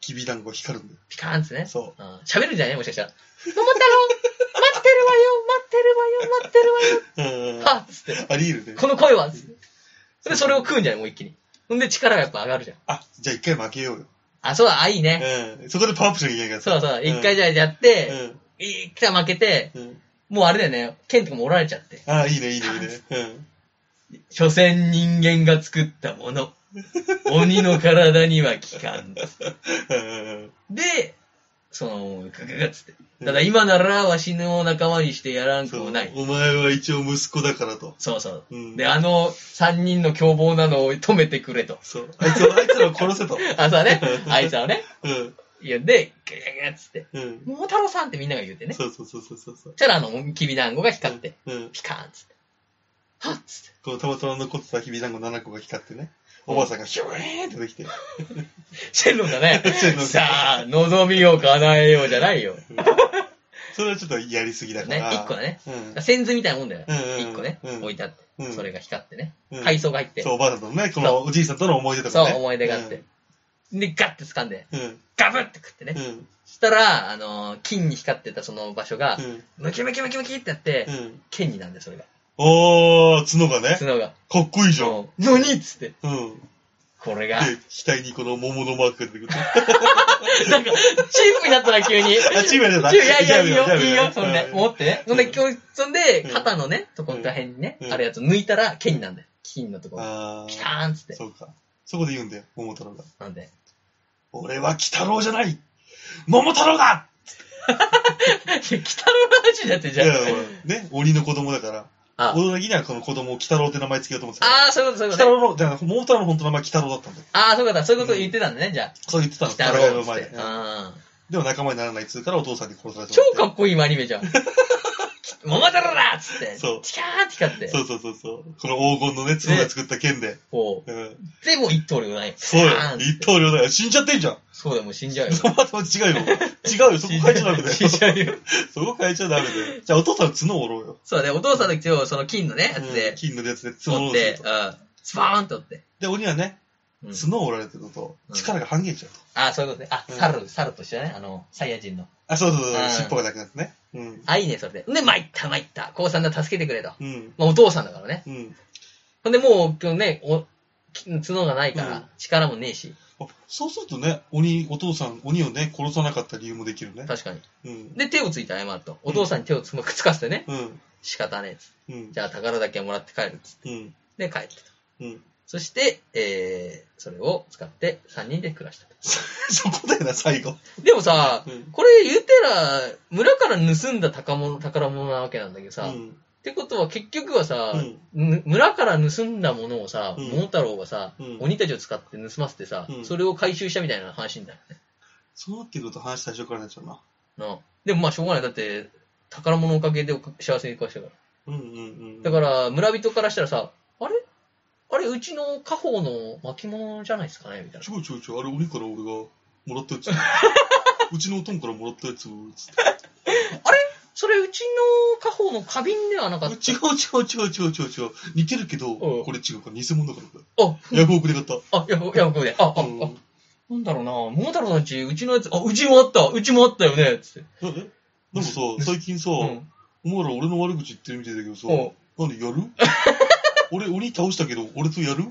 Speaker 3: きびだんごが光るんだよ。
Speaker 2: ピカーンっつってね。
Speaker 3: そ
Speaker 2: うん喋るんじゃないもしかしたら。桃太郎待ってるわよ待ってるわよ待って
Speaker 3: う。うん
Speaker 2: るわよ。はっつって。
Speaker 3: あり得るね。
Speaker 2: この声はっつってそれでそれを食うんじゃないもう一気に。ほんで力がやっぱ上がるじゃん。
Speaker 3: あ、じゃあ一回負けようよ。
Speaker 2: あ、そうだ、あ、いいね。
Speaker 3: うん。そこでパワーアップしなきゃいけないか
Speaker 2: そ
Speaker 3: ら
Speaker 2: う
Speaker 3: さ。
Speaker 2: そう。一回
Speaker 3: じ
Speaker 2: じゃあやって、
Speaker 3: うん。
Speaker 2: 一回負けて、
Speaker 3: うん。
Speaker 2: もうあれだよね、剣とかも折られちゃって。
Speaker 3: ああ、いいね、いいね、いい ね。
Speaker 2: 所詮人間が作ったも の。鬼の体には効かん。
Speaker 3: うん。うんうんうん。
Speaker 2: で、その、ガガガッつって。ただ今ならわしの仲間にしてやらんく
Speaker 3: そ
Speaker 2: も
Speaker 3: う
Speaker 2: ない。
Speaker 3: お前は一応息子だからと。
Speaker 2: そうそう。
Speaker 3: うん。
Speaker 2: で、あの三人の凶暴なのを止めてくれと。
Speaker 3: そう。あいつを、あいつらを殺せと。
Speaker 2: あ、そうだ ね。あいつらをね。
Speaker 3: うん。
Speaker 2: 言うんで、ガヤガヤっつって、
Speaker 3: うん。
Speaker 2: 桃太郎さんってみんなが言うてね。そ
Speaker 3: そうそうそうそうそうそう。
Speaker 2: したら、あの、きびだんごが光って、
Speaker 3: うん。
Speaker 2: ピカーンっつって。はっつって。
Speaker 3: このたまたま残ってたきびだんご7個が光ってね。おばあさんがヒューンってで きて。
Speaker 2: シェンロンだね
Speaker 3: シェン。ロン
Speaker 2: さあ、望みを叶えようじゃないよ。
Speaker 3: それはちょっとやりすぎだか
Speaker 2: ね、
Speaker 3: ら。
Speaker 2: 一個だね。
Speaker 3: うん。
Speaker 2: 線図みたいなもんだよ。
Speaker 3: うんうんうん
Speaker 2: 一個ね、
Speaker 3: うん
Speaker 2: 置いてあって、
Speaker 3: うん
Speaker 2: それが光ってね。
Speaker 3: うん
Speaker 2: 階層が入って、
Speaker 3: そう、おばあさんとのね、このおじいさんとの思い出とか
Speaker 2: そ
Speaker 3: ね。
Speaker 2: う、思い出があって。で、ガッて掴んで、
Speaker 3: うん。うん。
Speaker 2: ガブって食ってね。
Speaker 3: う
Speaker 2: そ
Speaker 3: ん。
Speaker 2: したら、あのー金に光ってたその場所が
Speaker 3: う、ん。
Speaker 2: ムキムキムキムキってやって、
Speaker 3: うん。
Speaker 2: 剣になんで、それが。
Speaker 3: おー、角がね、
Speaker 2: 角が。
Speaker 3: かっこいいじゃん。
Speaker 2: そう。何っつって。
Speaker 3: うん。
Speaker 2: これが。
Speaker 3: で、額にこの桃のマークが出てくる。
Speaker 2: なんか、チープになったら急に。
Speaker 3: あ、チーム やった
Speaker 2: いやいや、いいよ、いいよ、そ
Speaker 3: うん
Speaker 2: で、持ってね。そんで、今日、そんで、肩のね、とこら辺にね
Speaker 3: う、ん
Speaker 2: あるやつ抜いたら、剣なんだよ。金のところ。
Speaker 3: あ
Speaker 2: ピタ
Speaker 3: あ、
Speaker 2: ーンっつって。
Speaker 3: そうか。そこで言うんだよ、桃太郎が。
Speaker 2: なんで。
Speaker 3: 俺は鬼太郎じゃない桃太郎だ
Speaker 2: 北の話だって、
Speaker 3: い
Speaker 2: じゃ
Speaker 3: や、
Speaker 2: あ。
Speaker 3: ほらね、鬼の子供だから。
Speaker 2: あ
Speaker 3: 俺的にはこの子供を鬼太郎って名前つけようと思ってたから。
Speaker 2: あー、そういうこと、そういうことね。
Speaker 3: 鬼太郎の、じゃあ桃太郎の本当の名前鬼太郎だったんだよ。
Speaker 2: ああ、そういうこと、そういうこと言ってたんだね、じゃ
Speaker 3: そう言ってた
Speaker 2: あ。
Speaker 3: の、
Speaker 2: 北の
Speaker 3: 戦いの
Speaker 2: 話
Speaker 3: 前
Speaker 2: って。
Speaker 3: で
Speaker 2: う。ん。
Speaker 3: でも仲間にならないっつうからお父さんに殺されて
Speaker 2: 超
Speaker 3: もら
Speaker 2: か
Speaker 3: っ
Speaker 2: っこいい今アニメじゃ ん。桃太郎だっつって。
Speaker 3: そう。
Speaker 2: チキャーンって光って
Speaker 3: そ
Speaker 2: て。
Speaker 3: うそうそうそう。この黄金のね、角が作った剣で。
Speaker 2: こ
Speaker 3: うん。
Speaker 2: う。でも一刀両断よ。
Speaker 3: そうよ
Speaker 2: ピターンっ。つって
Speaker 3: 一刀両断よ。死んじゃってんじゃん。
Speaker 2: そうだよ、もう死んじゃうよ。
Speaker 3: トマト 違うよ。違うよ。そこ変えちゃダメだよ。
Speaker 2: 死んじゃうよ。
Speaker 3: そこ変えちゃダメだよ。じゃあお父さんの角を折ろうよ。
Speaker 2: そうね、お父さんの今日、その金のね、やつ
Speaker 3: うん
Speaker 2: で、
Speaker 3: 金のやつで角を
Speaker 2: 折っ
Speaker 3: 折ろ
Speaker 2: て
Speaker 3: う、と。
Speaker 2: うん。スパーンと折って。
Speaker 3: で、鬼はね、
Speaker 2: うん
Speaker 3: 角を折られてるのと、
Speaker 2: うん
Speaker 3: 力が半減しちゃうと。
Speaker 2: ああ、そういうことね。あ、
Speaker 3: うん
Speaker 2: 猿、猿としてね、あの、サイヤ人の。
Speaker 3: あ、そうそうそう
Speaker 2: う
Speaker 3: そ
Speaker 2: ん
Speaker 3: う、尻尾がなくなってね。うん。
Speaker 2: あ、いいね、それで。で、参った、参った。こうさんだ、助けてくれと。
Speaker 3: うん。
Speaker 2: まあ、お父さんだからね。
Speaker 3: うん。
Speaker 2: ほんで、もう、今日ね、お、角がないか
Speaker 3: うん
Speaker 2: ら、力もねえし。
Speaker 3: あそうするとね、鬼、お父さん、鬼をね、殺さなかった理由もできるね。
Speaker 2: 確かに。
Speaker 3: うん。
Speaker 2: で、手をついて謝ると。お父さんに手をつまくっつかせてね。
Speaker 3: うん。
Speaker 2: 仕方ねえっつって。
Speaker 3: うん
Speaker 2: じ。ゃあ、宝だけもらって帰るっつって。
Speaker 3: うん。
Speaker 2: で、帰ってた。
Speaker 3: うん。
Speaker 2: そして、えー、それを使って3人で暮らしたと。
Speaker 3: そこだよな、最後。
Speaker 2: でもさ
Speaker 3: う、ん。
Speaker 2: これ言うてら、村から盗んだ宝物宝物なわけなんだけど
Speaker 3: う
Speaker 2: さ、っ
Speaker 3: ん。
Speaker 2: てことは結局はさ
Speaker 3: う、ん。
Speaker 2: ぬ村から盗んだものをさ、
Speaker 3: うん
Speaker 2: 桃太郎がさ、
Speaker 3: うん
Speaker 2: 鬼たちを使って盗ませてさ、
Speaker 3: うん
Speaker 2: それを回収したみたいな話になるね。
Speaker 3: そうなってくると話最初からになっちゃうな。
Speaker 2: なあでもまあしょうがない。だって、宝物のおかげでおか幸せに暮らしたから。
Speaker 3: うんうんうん。
Speaker 2: だから、村人からしたらさ、あれあれ、うちの家宝の巻物じゃないですかねみたいな
Speaker 3: ち。ょいちょいちょい、あれ鬼から俺がもらったや つ。うちのおとんからもらったやつ。つって
Speaker 2: それ、うちの家宝の花瓶ではなかった。
Speaker 3: 違う違う違う違う違う違う。似てるけど、
Speaker 2: うん
Speaker 3: これ違うから、偽物だからこ
Speaker 2: あ、
Speaker 3: れ。ヤフオクで買った。
Speaker 2: あ、やば、やば、ごめん。あ、あ、あ、
Speaker 3: うん
Speaker 2: なんだろうな、桃太郎たち、うちのやつ、あ、うちもあった、うちもあったよね、つって。
Speaker 3: えなんかさ、最近さ、
Speaker 2: う
Speaker 3: お
Speaker 2: ん。
Speaker 3: 前ら俺の悪口言ってるみたいだけどさ、
Speaker 2: おう
Speaker 3: なんで やる俺、鬼倒したけど、俺とやる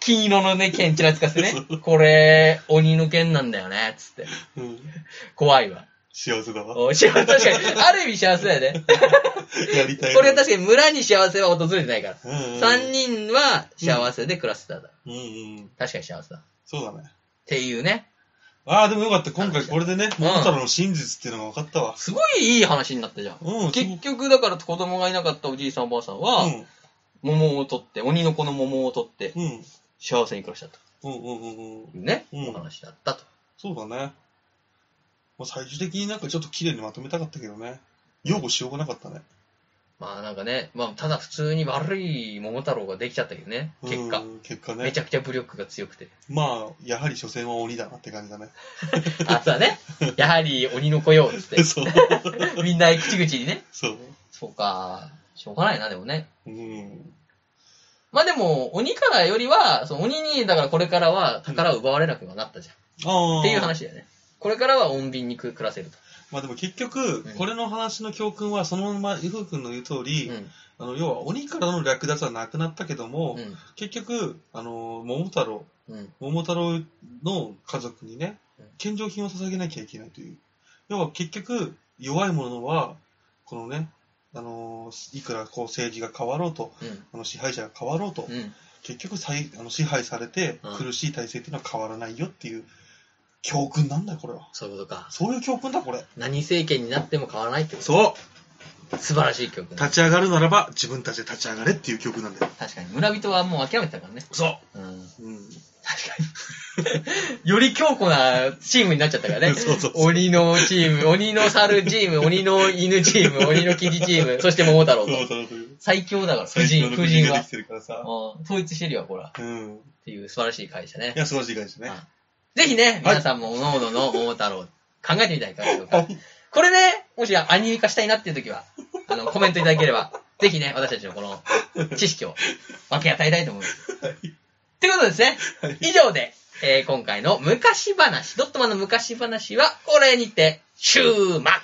Speaker 2: 金色のね、剣ちらつかせてね。これ、鬼の剣なんだよね、つって。
Speaker 3: うん。
Speaker 2: 怖いわ。
Speaker 3: 幸せだわ。
Speaker 2: お幸せ、確かに。ある意味幸せだよね。
Speaker 3: やりたい。
Speaker 2: これは確かに村に幸せは訪れてないから。
Speaker 3: うんうん。
Speaker 2: 三人は幸せで暮らせたんだ。
Speaker 3: うんうん。
Speaker 2: 確かに幸せだ。っ
Speaker 3: そうだね。
Speaker 2: ていうね。
Speaker 3: ああ、でもよかった。今回これでね、
Speaker 2: うん
Speaker 3: 桃太郎の真実っていうのが分かったわ。
Speaker 2: すごいいい話になったじゃん。
Speaker 3: うん、すご
Speaker 2: 結局、だから子供がいなかったおじいさんおばあさんは、
Speaker 3: うん
Speaker 2: 桃を取って、鬼の子の桃を取って、
Speaker 3: うん。
Speaker 2: 幸せに暮らしたと
Speaker 3: うんうんうんうん。
Speaker 2: いうね、
Speaker 3: うん
Speaker 2: お話だったと。
Speaker 3: そうだね。まあ、最終的になんかちょっと綺麗にまとめたかったけどね。擁護しようがなかったね。
Speaker 2: まあなんかね、まあただ普通に悪い桃太郎ができちゃったけどね、結果
Speaker 3: う。ん。結果
Speaker 2: め
Speaker 3: ね
Speaker 2: ち。ゃくちゃ武力が強くて。
Speaker 3: まあ、やはり所詮は鬼だなって感じ だね。
Speaker 2: あ、そうだね。やはり鬼の子よ、つっ て。
Speaker 3: そう。
Speaker 2: みんな口々にね。
Speaker 3: そう。
Speaker 2: そうか。しょうがないな、でもね。
Speaker 3: うん。
Speaker 2: まあでも、鬼からよりは、その鬼に、だからこれからは宝を奪われなくはなったじゃん。
Speaker 3: ああ。
Speaker 2: っていう。話だよね。これからは穏便に暮らせると。
Speaker 3: まあでも結局、これの話の教訓はそのまま、ゆふうくんの言う通り、
Speaker 2: うん。
Speaker 3: あの、要は鬼からの略奪はなくなったけども、
Speaker 2: うん。
Speaker 3: 結局、あの、桃太郎、
Speaker 2: うん。
Speaker 3: 桃太郎の家族にね
Speaker 2: うん、
Speaker 3: 献上品を捧げなきゃいけないという。要は結局、弱い者は、このね、あのーいくらこう政治が変わろうと、
Speaker 2: うん。
Speaker 3: あの支配者が変わろうと、
Speaker 2: うん。
Speaker 3: 結局さいあの支配されて
Speaker 2: うん
Speaker 3: 苦しい体制っていうのは変わらないよっていう教訓なんだよ、これは。
Speaker 2: そういうことか。
Speaker 3: そういう教訓だ、これ。
Speaker 2: 何政権になっても変わらないってこと。
Speaker 3: そ
Speaker 2: 素晴らしい曲
Speaker 3: う
Speaker 2: だね
Speaker 3: 立ち上がるならば、自分たちで立ち上がれっていう教訓なんだよ。
Speaker 2: 確かに。村人はもう諦めてたからね。
Speaker 3: そ
Speaker 2: うん。
Speaker 3: う。うん。
Speaker 2: より強固なチームになっちゃったから ね。
Speaker 3: そうそうそう
Speaker 2: 鬼のチーム、鬼の猿チーム、鬼の犬チーム、鬼のキジチーム、そして桃太郎
Speaker 3: そう
Speaker 2: と。
Speaker 3: そうそう。
Speaker 2: 最強だから、婦
Speaker 3: 最強
Speaker 2: 人、
Speaker 3: の
Speaker 2: 婦
Speaker 3: 国
Speaker 2: 人
Speaker 3: がで
Speaker 2: は
Speaker 3: き。てるからさ。
Speaker 2: うん統一してるよ、ほら。っ
Speaker 3: うん。
Speaker 2: ていう素晴らしい会社ね
Speaker 3: い。や、素晴らしい感じですね。
Speaker 2: あぜひね、皆さんも、おのおのの桃太郎、考えてみたいかがでしょうか
Speaker 3: はい。
Speaker 2: これね、もしアニメ化したいなっていう時は、あの、コメントいただけれ ば、ぜひね、私たちのこの、知識を分け与えたいと思います。ってことですね。
Speaker 3: はい
Speaker 2: 以上で、えー今回の昔話、ドットマンの昔話は、これにて、終幕